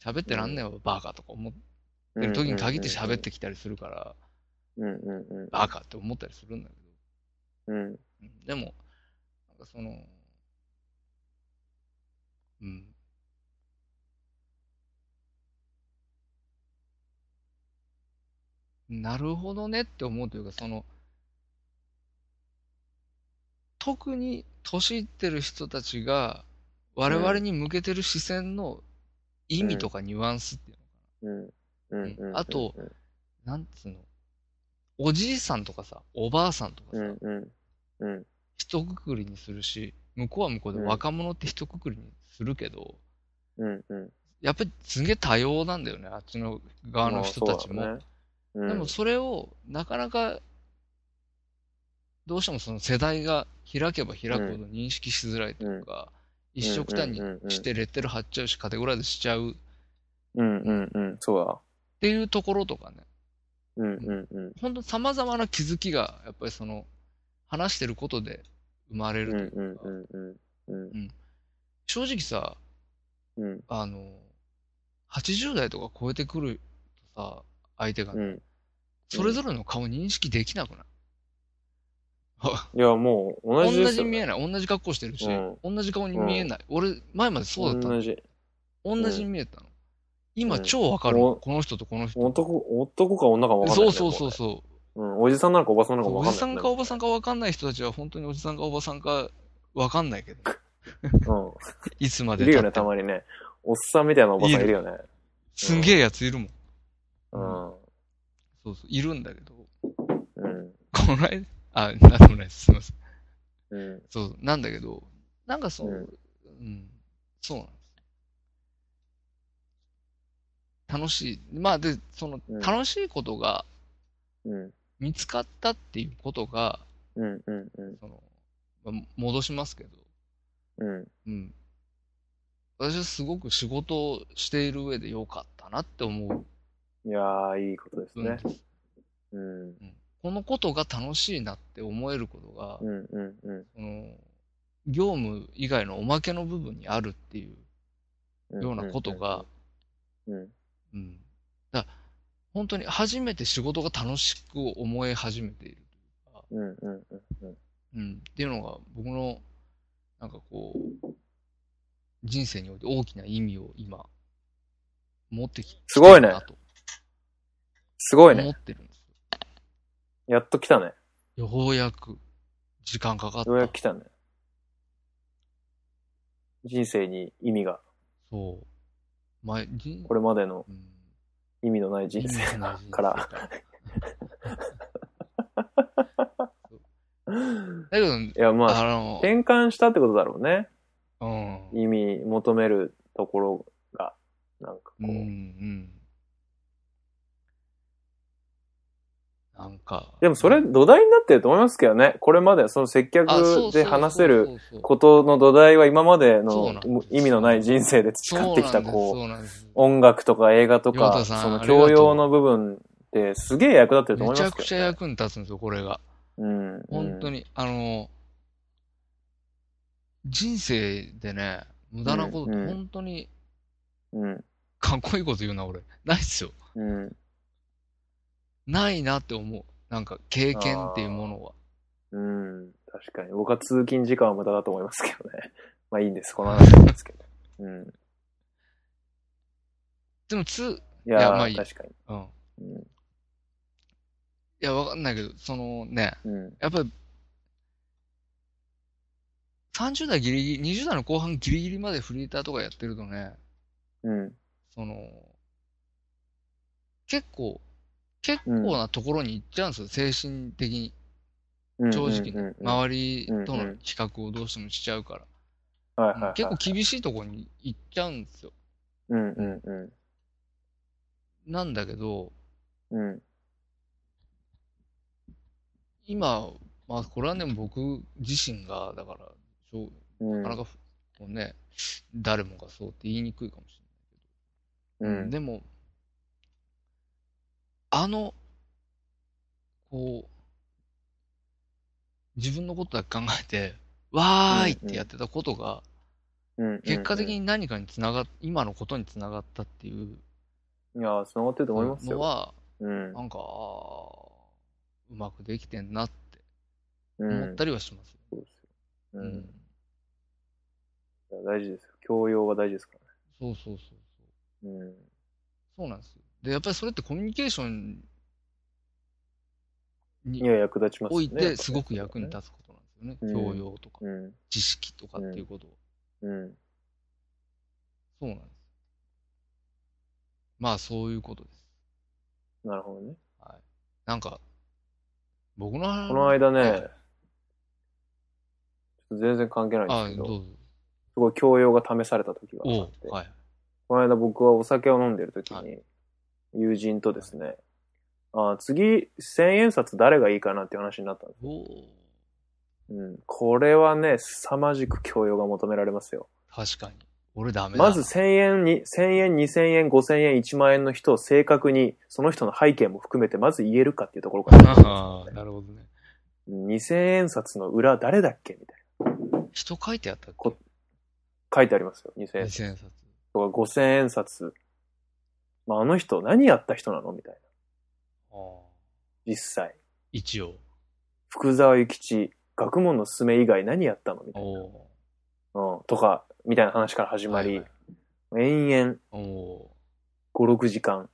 喋ってらんねえわ、バカとか思ってる時に限って喋ってきたりするから、
うんうんうん
バカって思ったりするんだけど、
うん
うんでも、なんかその、うん。なるほどねって思うというか、その、特に年いってる人たちが、我々に向けてる視線の意味とかニュアンスっていうのか
うんうんうん。
あと、な、なんつうの、おじいさんとかさ、おばあさんとか
う
さ、
んうんうん
一括りにするし、向こうは向こうで
うん
若者って一括りにするけど、
うんうん。
やっぱりすげえ多様なんだよね、あっちの側の人たちも。
まあ。そうだ
で
ね
もそれをなかなか、どうしてもその世代が開けば開くほど認識しづらいというか、一緒くたにしてレッテル貼っちゃうし、カテゴライズしちゃうっ
うんうんうんうん。そうだ。
ていうところとかね、
うんうんうん。
ほんと様々な気づきが、やっぱりその、話してることで生まれ
う
る
ん
と
う
いうか、
んうんうんうん
正直さ、
うん
あの、80代とか超えてくるとさ、相手がね、
うん。
それぞれの顔認識できなくない、
いや、もう同
同
じ
じ
ですよ
見
ね。
えない。同じ格好してるし、
う
同じ顔に見えない。俺、前までそうだったの。
同じ。
同
じ
じに見えたの。今、超わかる、
うん
この人とこの人。
男、男か女かわかんない
そ
よ
う
ね。
そうそう
も
そう
ね。うん。おじさんなのかおばさん
う。
なのかわ
お
かんない。
じさんかおばさんかわかんない人たちは、本当におじさんかおばさんかわかんないけ ど、
うん。
いつま
い
で
る
経
よ
っ
ね、
て
た
も。
まにね。おっさんみたいなおばさんいるよね。
すんげえやついるもん。
うん。
そうそう、いるんだけど、こ
うん。
の間、あ、なんでもないです。すいません。
うん。
そう、なんだけど、なんかそう、
う
うんん、そうなんです。楽しい。まあ、で、その
う、ん
楽しいことが
うん。
見つかったっていうことが、
うん。うん。うん。
その、まあ戻しますけど、
うん。
うん。私はすごく仕事をしている上で良かったなって思
いやー、いいことです
うん
ね
で。す。
うん。うん。
うんこのことが楽しいなって思えることが、
うん。うん。
その、業務以外のおまけの部分にあるっていう
うん。
ようなことが、
うん。
うん。だから本当に初めて仕事が楽しく思え始めている。
うん。うん。うん。うん。
うん。っていうのが僕の、なんかこう、人生において大きな意味を今、持ってき
すごいね
来たなと
すごい
思
ね。
ってるんです
やっと来たね。
よ。ようやく、時間かかった
よ。うやく来たね。人生に意味が、
そう。前、人、
これまでの
うん
意味のない人
意味
生
のない人生
から。
だけど、
いや、ま
あ
あ、
の、
転換したってことだろうね。
うん。
意味求めるところが、なんかこ
う
う。
んうん。なんか。
でもそれ土台になってると思いますけどね。これまでその接
あ
客
そうそう
で
そう
話せる
そうそう
ことの土台は今まで
そう
の
なんです
意味のない人生で
そう
培ってきたこ
そうなんです
う、音楽とか映画と
ヨ
か、
タさん
その
ありがと
教
う
養の部分ってすげえ役立ってると思
め
い
ち
ま
ゃ
す
く
け
ちゃ
どね。
役に立つんですよ、これが。
うん。
本当
に。
に、あの、人生でね、無駄なことって
うんうん
本当に、
うん。
かっこいいこと言うな、俺。ないっすよ。
うん。
ないなって思う。なんか、経験っていうものは。
うん。確かに。僕は通勤時間は無駄だと思いますけどね。 まあいいんです。この話なんですけど。うん。い
でも、つ、
やー
いやまあいい
確かに。
うん。
うん
いや、わかんないけど、そのね、
うん。
やっぱり、30代ギリギリ、20代の後半ギリギリまでフリーターとかやってるとね、
うん。
その、結構、結構なところに行っちゃうんですよ、精神的に。
うん。
正直
うんうん
ね。
うん
周りと
うんう
の
ん
比較をどうしてもしちゃうか
はいはいは
ら。
い
結構厳しいところに行っちゃうんですよ。
うんうんうん。
なんだけど、
うん。
今、まあこれはね、僕自身が、だから、そ
う
う
ん
なかなかふ、こうね、誰もがそうって言いにくいかもし
う
れない。
ん
でも、あの、こう、自分のことだけ考えて、わーいってやってたこと
う
が、
ん
結果的に何かにつながっ、今のことにつながったっていう
うんいやー、繋がってると思います
の
よ。
は、
うん
な。んか、あーうまくできてんなって
うん
思ったりはします。
そうですよ。
う
うんん。いや大事ですよ。教養は大事ですから
そうそうそうそう。
ね。うん。
そうなんですよ。で、やっぱりそれってコミュニケーションに
いや、役立ちますよ
おい
ね。
てすごく役に立つことなんですよね。
う
教
ん
養とか
う、ん。
知識とかっていうことは。
うん。
そうなんです。まあ、そういうことです。
なるほどね。
はい。なんか、僕の
この間
はい
ね、ちょっと全然関係ないん
あ
ですけ
ど
ど、
うぞ。
すごい教養が試された時が
お
あっ
う
て、
はい。
この間僕はお酒を飲んでる時
は
に、友人とですね、あ次、千円札誰がいいかなっていう話になったんです。
おお
うん。これはね、凄まじく教養が求められますよ。
確かに。俺ダメだな。
まず千円に、千円、二千円、五千円、一万円の人を正確に、その人の背景も含めてまず言えるかっていうところから。
ああ、なるほどね。
二千円札の裏誰だっけみたいな。
人書いてあったっ
こ
け
書いてありますよ。二千円札。
?2000 冊。
とか五千円札。まあ、あの人何やった人なのみたいな。
ああ。
実際。
一応。
福沢諭吉、学問のすめ以外何やったのみた
お
いな。
お
うん。とか、みたいな話から始まり、
はい
延々
おおー
五六時間、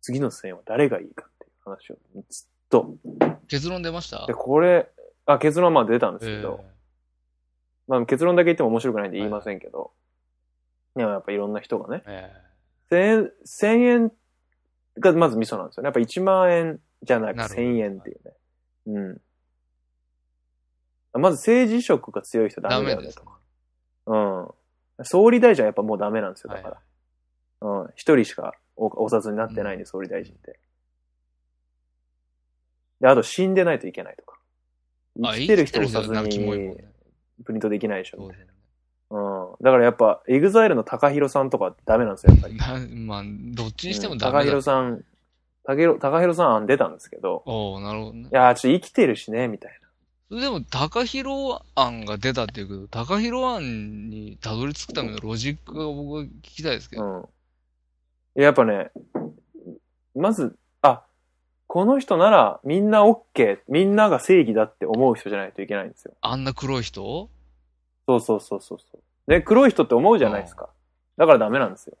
次の線は誰がいいかっていう話をずっと。
結論出ました
で、これ、あ、結論はまあ出たんですけど、
え
まあ結論だけ言っても面白くないんで言いませんけど、でもやっぱいろんな人がね、
ええ
千円、千円がまずミソなんですよね。やっぱ1万円じゃな
な
く
るほど
千円っていうね。うんあ。まず政治色が強い人
え
ダ
ダ
メだ
メ
よ
で
ね
す
と。。うん。総理大臣はやっぱもうダメなんですよ。
はい
だから。うん。一人しかおお札になってないんで、総理大臣って。で、あと死んでないといけないとか。
あ
生きてる人お
生き
札
てる人だったらキモいもん
に
ね
プリントできないでしょ
当
みたいな。
然ね
うん。だからやっぱ、エグザイルの高 a さんとかダメなんですよ、やっぱり。
なんまあ、どっちにしてもダ
高
メだ。
弘さん、高弘高弘さん案出たんですけど、
おおなるほどね
い。やー、ちょっと生きてるしね、みたい
それでも、高広案が出たっていうけど、高広案にたどり着くためのロジックを僕は聞きたいですけ
な。
ど。
うん。いややっぱね、まず、あ、この人ならみんな OK、みんなが正義だって思う人じゃないといけないんですよ。
あんな黒い人
そうそうそうそうそう。ね、黒い人って思うじゃないですか。だからダメなんです よ。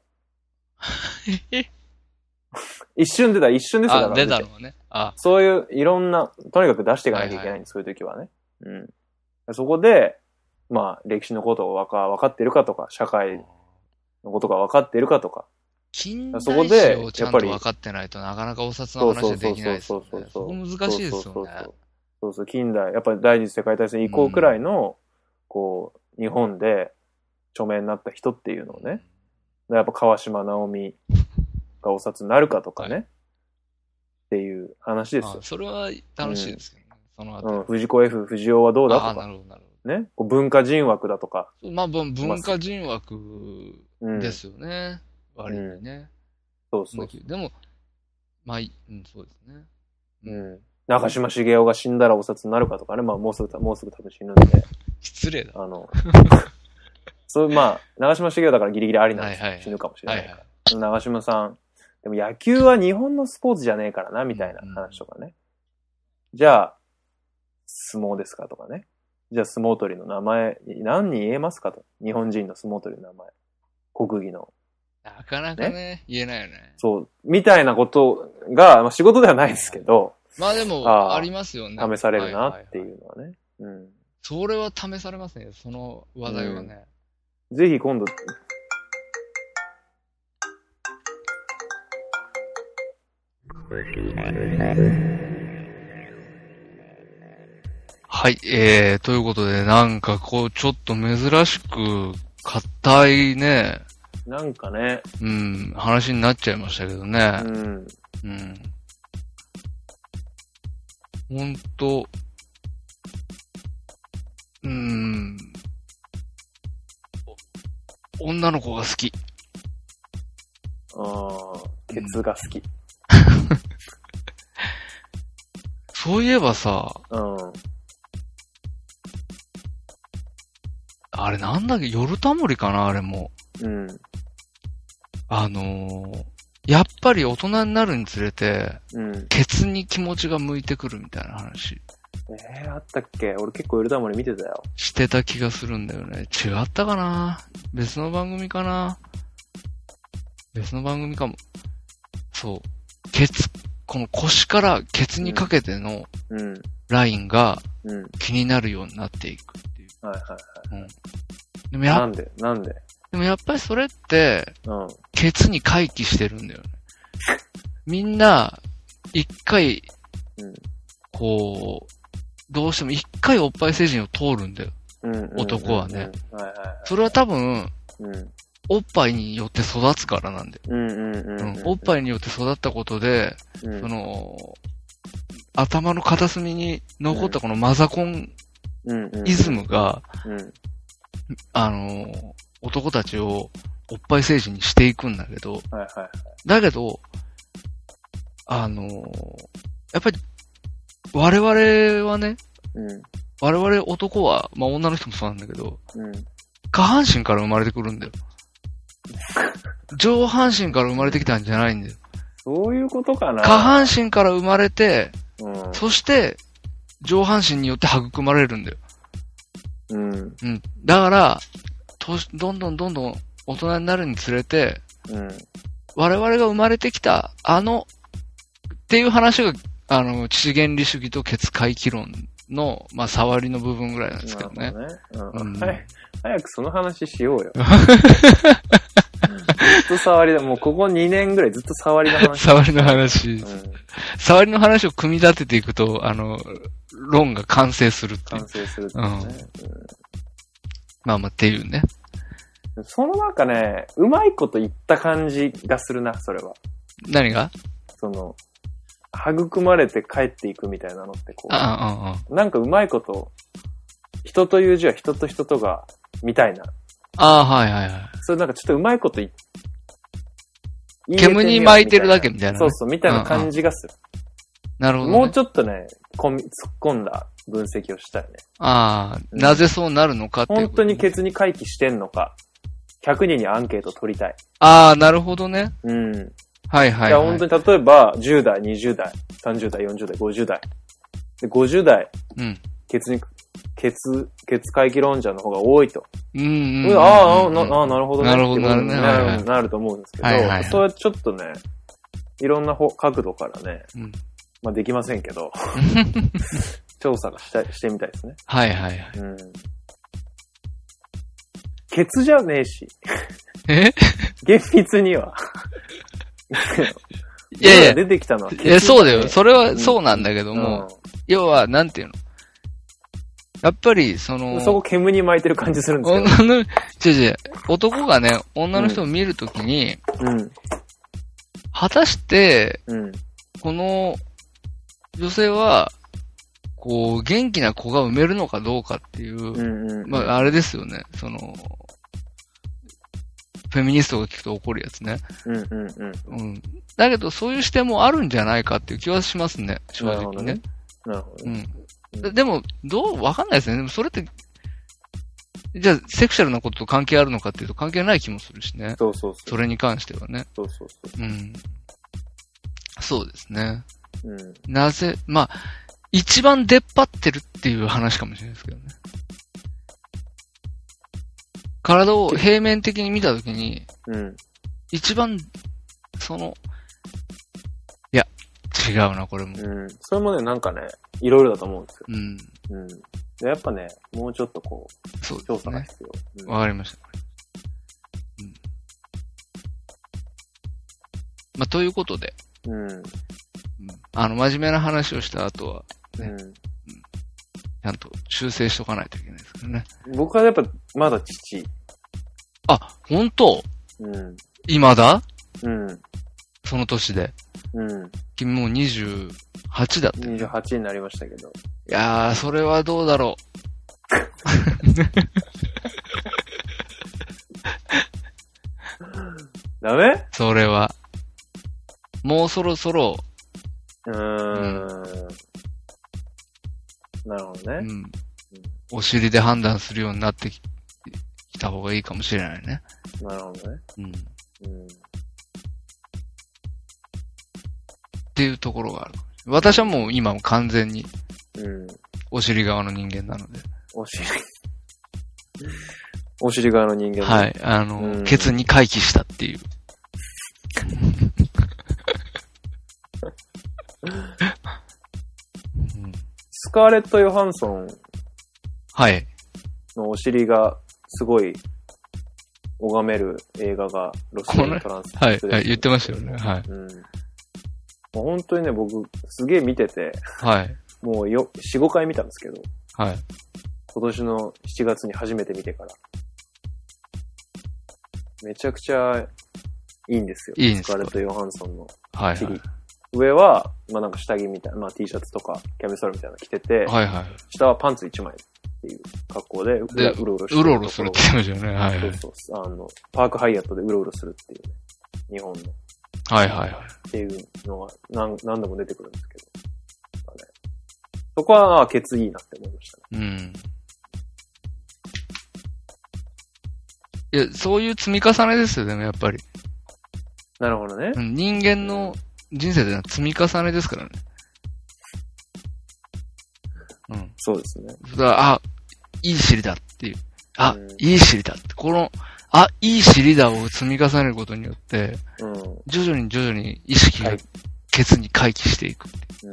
一瞬出た、一瞬ですよ。だ
あ、
から
出たのはね。あ、
そういういろんな、とにかく出していかなきゃいけないんです、そういう時はね。うん。そこで、まあ、歴史のことをわか分かっているかとか、社会のことが分かっているかとか。
近
そこ
代
で
史をちゃん
や
と
っぱり
分かってないとなかなかお札の話はできないですよね。そこ難しいです
そうそう
よね。
そうそうそう、近代、やっぱり第二次世界大戦以降くらいの、こう、日本で著名になった人っていうのをね、やっぱ川島直美がお札になるかとかね、
は
っていう話です
あ
よ。
それは楽しいですけどね。その
うん、
後。
藤子 F、藤尾はどうだ
ああ、
と
な
か、
るほど、なるほ
ね、こう文化人枠だとか、
ど。まあ、ぶん文化人枠
うん、
ですよね。割にね。
そうそうそう。
でも、まあ、いうん、そうですね。
うん。中島茂雄が死んだらお札になるかとかね、まあもうすぐ、もうすぐ多分死ぬんで、
失礼だ。
あ の、そう、まあ、長島茂雄だからギリギリありなんですよ
はいはい
死ぬかもしれ
は
ないい
は
から。
い。
長島さん、でも野球は日本のスポーツじゃねえからな、みたいな話とかね。じゃあ、相撲ですかとかね。じゃあ相撲取りの名前、何人言えますかと。日本人の相撲取りの名前。国技の
なかなかね、言えないよね。
そう、みたいなことが、まあ、仕事ではないですけど、
まあでも、
あー
ありますよね。
試されるなってい
ははは。
うのはね。うん。
それは試されますね、その話題はね。
ぜひ今度、
はい、えー、ということで、なんかこう、ちょっと珍しく、硬いね、
なんかね、
うん、話になっちゃいましたけどね
う。ん。
うん。ほんと、うーん。お女の子が好き。
ああ、ケツが好き。
そういえばさ、
うん。
あれなんだっけ、夜タモリかなあれも。
うん。
あのーやっぱり大人になるにつれて、
うん。
ケツに気持ちが向いてくるみたいな話
えー、あったっけ俺結構ウルダモリ見てたよ。
してた気がするんだよね。違ったかな別の番組かな別の番組かも。そう。ケツ、この腰からケツにかけての
うん。
ラインが
うん。
気になるようになっていくっていう。
はいはい。
でも
な
や
んでなんで
でもやっぱりそれって、
うん。うん。
ケツに回帰してるんだよね。みんな、一回、こう、どうしても一回おっぱい成人を通るんだよ。
うんうん。うん
男はね。
うんはいはいはい。
それは多分、
うん。
おっぱいによって育つからなんだよ。
うんうんう。
うんん、おっぱいによって育ったことで、
うん、うん
その、頭の片隅に残ったこのマザコン
うんうん
イズムが、
うん。
あの、男たちをおっぱい成人にしていくんだけど、
はいはい。
だけど、あのやっぱり、我々はね、
うん。
我々男は、まあ女の人もそうなんだけど、
うん。
下半身から生まれてくるんだよ。上半身から生まれてきたんじゃないんだよ。
そういうことかな。
下半身から生まれて、
うん。
そして、上半身によって育まれるんだよ。
うん。
うん。だから、としどんどんどんどん大人になるにつれて、
うん。
我々が生まれてきた、あの、っていう話が、あの、知原理主義と決回帰論の、まあ、触りの部分ぐらいなんですけどね。
なるほどね。うん。
うん
はい。早くその話しよう よ。ずっと触りだ。もうここ2年ぐらいずっと触りの 話。
触りの話
う。ん。
触りの話を組み立てていくと、あの、論が完成するっていう
完。成するっていうね。うん
まあまあ、っていうね。
そのなんかね、うまいこと言った感じがするな、それは。
何が
その、育まれて帰っていくみたいなのってこう、
あ
なんかうまいこと、人という字は人と人とが、みたいな。
あ、ああ、はいはいは
それなんかちょっとうまいこと言言えてみよう
煙に巻いてるだけみたいなね
そうそう、みたいな感じがする。
い。なるほど、ね。
もうちょっとね、こみ突っ込んだ分析をしたいね。
ああ、なぜそうなるのかっていう
本
こと
当
ね、
にケツに回帰してんのか、100人にアンケート取りたい。
ああ、なるほどね。
うん。い
はいはい、
や、
はい。
本当に例えば、10代、20代、30代、40代、50代。で、50代、
うん。
ケツに、ケツ、ケツ回帰論者の方が多いと。
うんうんうん
う
うんん。
ああああ、なああなるほどね。
なるほどなるほど
な
はい
る
はい
なると思うんですけど、
はいはいはい
それはちょっとね、いろんな方角度からね、
うん
まあできませんけ ど、調査がしたいしてみたいですね。
はいはいはい。
うん。ケツじゃねえし、
え
厳密には。
いやいや
出てきたのはケツ
え、そうだよ。それ
う
は
ん
そうなんだけども、
う
要は、なんていうのやっぱり、そ
ん
の、
そこ煙に巻いてる感じするんですけ
女の、違う違う、男がね、女の人を見るときに、
ど。うん。
果たして、
うん。
この、女性は、こう、元気な子が産めるのかどうかっていう、
うん。うん。
まあ、あれですよね、その、フェミニストが聞くと怒るやつね。
うんうんうん。
うん。だけど、そういう視点もあるんじゃないかっていう気はしますね、正
なるほ
直
ど
ね
ね。。なるほど
う
ね。
ん。ででも、どう、わかんないですね。でも、それって、じゃあ、セクシャルなことと関係あるのかっていうと関係ない気もするしね。
そうそうそ。
そうれに関してはね。
そうそうそ
うん。そうですね。
う。うん。
なぜ、まあ、一番出っ張ってるっていう話かもしれないですけどね。体を平面的に見たときに、
うん。
一番、その、いや、違うな、これも。
うん。それもね、なんかね、いろいろだと思うんですよ。
うん。
うん。でやっぱね、もうちょっとこ
そう
う、調
です
査が
ね。
必要。うん
わかりました。うん。まあ、ということで、
うん。うん。
うんあの、真面目な話をした後は、ねちゃんと修正しとかないといけないですけどね。
僕はやっぱ、まだ父。
あ、本当
うん。
今だ
うん。
その年で。
うん。
君もう28だって。い
28になりましたけど。
やー、それはどうだろ
ダメ
う。それは。もうそろそろ、
うーん。なるほど
う
ね。
ん、お尻で判断するようになってききた方がいいかもしれないね。
なるほどね。
うん。っ
うん。
ていうところがある。私はもう今も完全に
うん。
お尻側の人間なので。
お尻。 お尻側の人間だ
は。い。あの、
うん
ケツに回帰したって いう。うん
スカーレット・ヨハンソン
はい。
のお尻がすごい拝める映画がロス・イン・トランス
はい。
失
は
礼
い言ってましたよね。はい。
うん。もう本当にね、僕、すげえ見てて、
はい。
もうよ、4、5回見たんですけど、
はい。
今年の7月に初めて見てから。めちゃくちゃいいんですよ。
いいんです
ス
か
カーレット・ヨハンソンの。
はい。
チ
は
リ
い。
上は、まあなんか下着みたいな、まあ T シャツとかキャミソールみたいなの着てて、
はいは
下はパンツ1枚っていう格好で、う
で
うろうろして
い。うろうろするって
と
言ってましたよね。はい
こ
は
ろ
い。
そうそう。あの、パークハイアットでうろうろするっていうね。日本の。っ
はいはいはい。
ていうのが何何度も出てくるんですけど。あれそこは、ああ、ケツいいなって思いましたね。
うん。いや、そういう積み重ねですよ、でもやっぱり。
なるほどね
う。ん人間の人生ってのは積み重ねですからね。うん。
そうですね。
それは、あ、いい尻だっていう。あ
うん、
いい尻だって。この、あ、いい尻だを積み重ねることによって、
うん。
徐々に徐々に意識
は
が
い
ケツに回帰していく。
うん。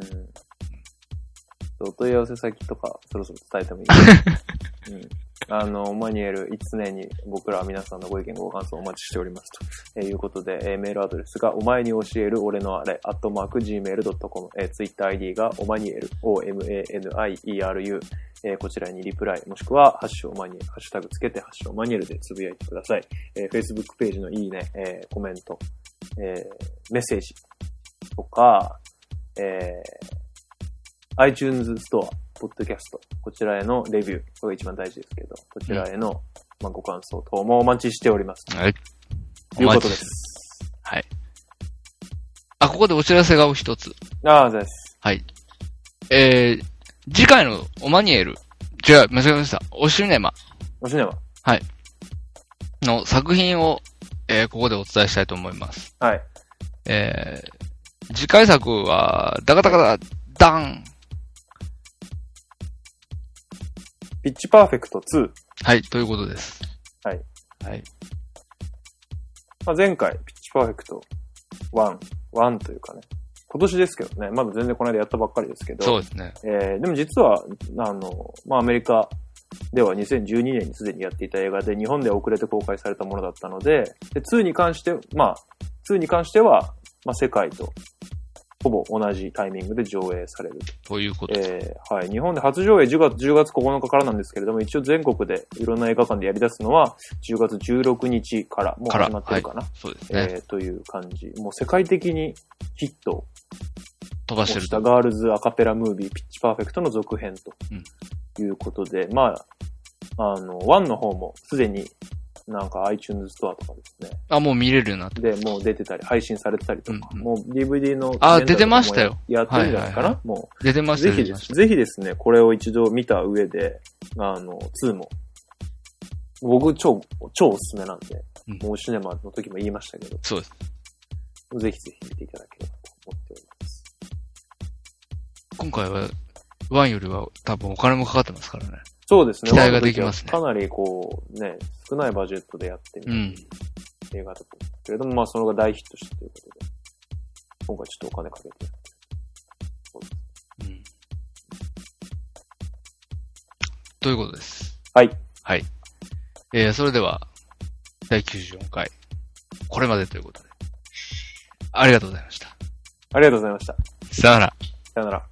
お問い合わせ先とか、そろそろ伝えてもいいうん。あの、マニュエル、いつねに僕らは皆さんのご意見、ご感想をお待ちしております。とえーいうことで、えーメールアドレスが、お前に教える俺のあれ、アットマーク、gmail.com、えー、twitterID が、おまにえる、o-m-a-n-i-e-r-u、えーこちらにリプライ、もしくは、ハッシュおまにえる、ハッシュタグつけて、ハッシュおまにえるでつぶやいてください。えー Facebook ページのいいね、えーコメント、えーメッセージとか、えー iTunes ストア、ポッドキャスト、こちらへのレビュー、これが一番大事ですけど、こちらへの、まあ、ご感想等もお待ちしております。
はい。
ということです。
はい。あ、ここでお知らせが一つ。
ああ、そうです。
えー、次回のオマニエル、違う、間違えました。おシネマ
おしねま。
の作品を、えーここでお伝えしたいと思います。
はい。
えー、次回作は、ダカダカダ、ダン。
ピッチパーフェクト2。
はい、ということです。
はい。
はい。
まあ、前回、ピッチパーフェクト1、1というかね、今年ですけどね、まだ全然この間やったばっかりですけど、
そうですね。
えーでも実は、あの、まあ、アメリカでは2012年にすでにやっていた映画で、日本では遅れて公開されたものだったので、で2に関して、まあ、2に関しては、まあ、世界と、ほぼ同じタイミングで上映される。
ということです。
えーはい。日本で初上映10月、10月9日からなんですけれども、一応全国でいろんな映画館でやり出すのは、10月16日から、もう始まってるかな。
そうですね。
えーという感じ。もう世界的にヒットを
飛ばして
押
る
し
と
た。ガールズアカペラムービーピッチパーフェクトの続編ということで、まあ、あの、1の方もすでになんか iTunes ストアとかですね。
あ、もう見れるようになって。
で、もう出てたり、配信されてたりとか、
うんうん
もう DVD の。
あ出てましたよ。
やってるんじゃないかな、
はいはいは
も
出て
う。
ました
ぜひ
よ、出て
で
まし
す、
た。
ぜひですね、これを一度見た上で、あの、2も、僕超、超おすすめなんで、
うん
もうシネマの時も言いましたけど、
そうです。
ぜひぜひ見ていただければと思っております。
今回は、ワンよりは多分お金もかかってますからね。
そうですね。
期待ができますね
かなりこう、ね、少ないバジェットでやってみ
う
る
ん。
映画だと思うんですけれども、まあそのが大ヒットしたということで、今回ちょっとお金かけてやって
うん。ということです。
はい。
はい。えー、それでは、第94回、これまでということで。ありがとうございました。
るありがとうございました。
さよなら。
さよなら。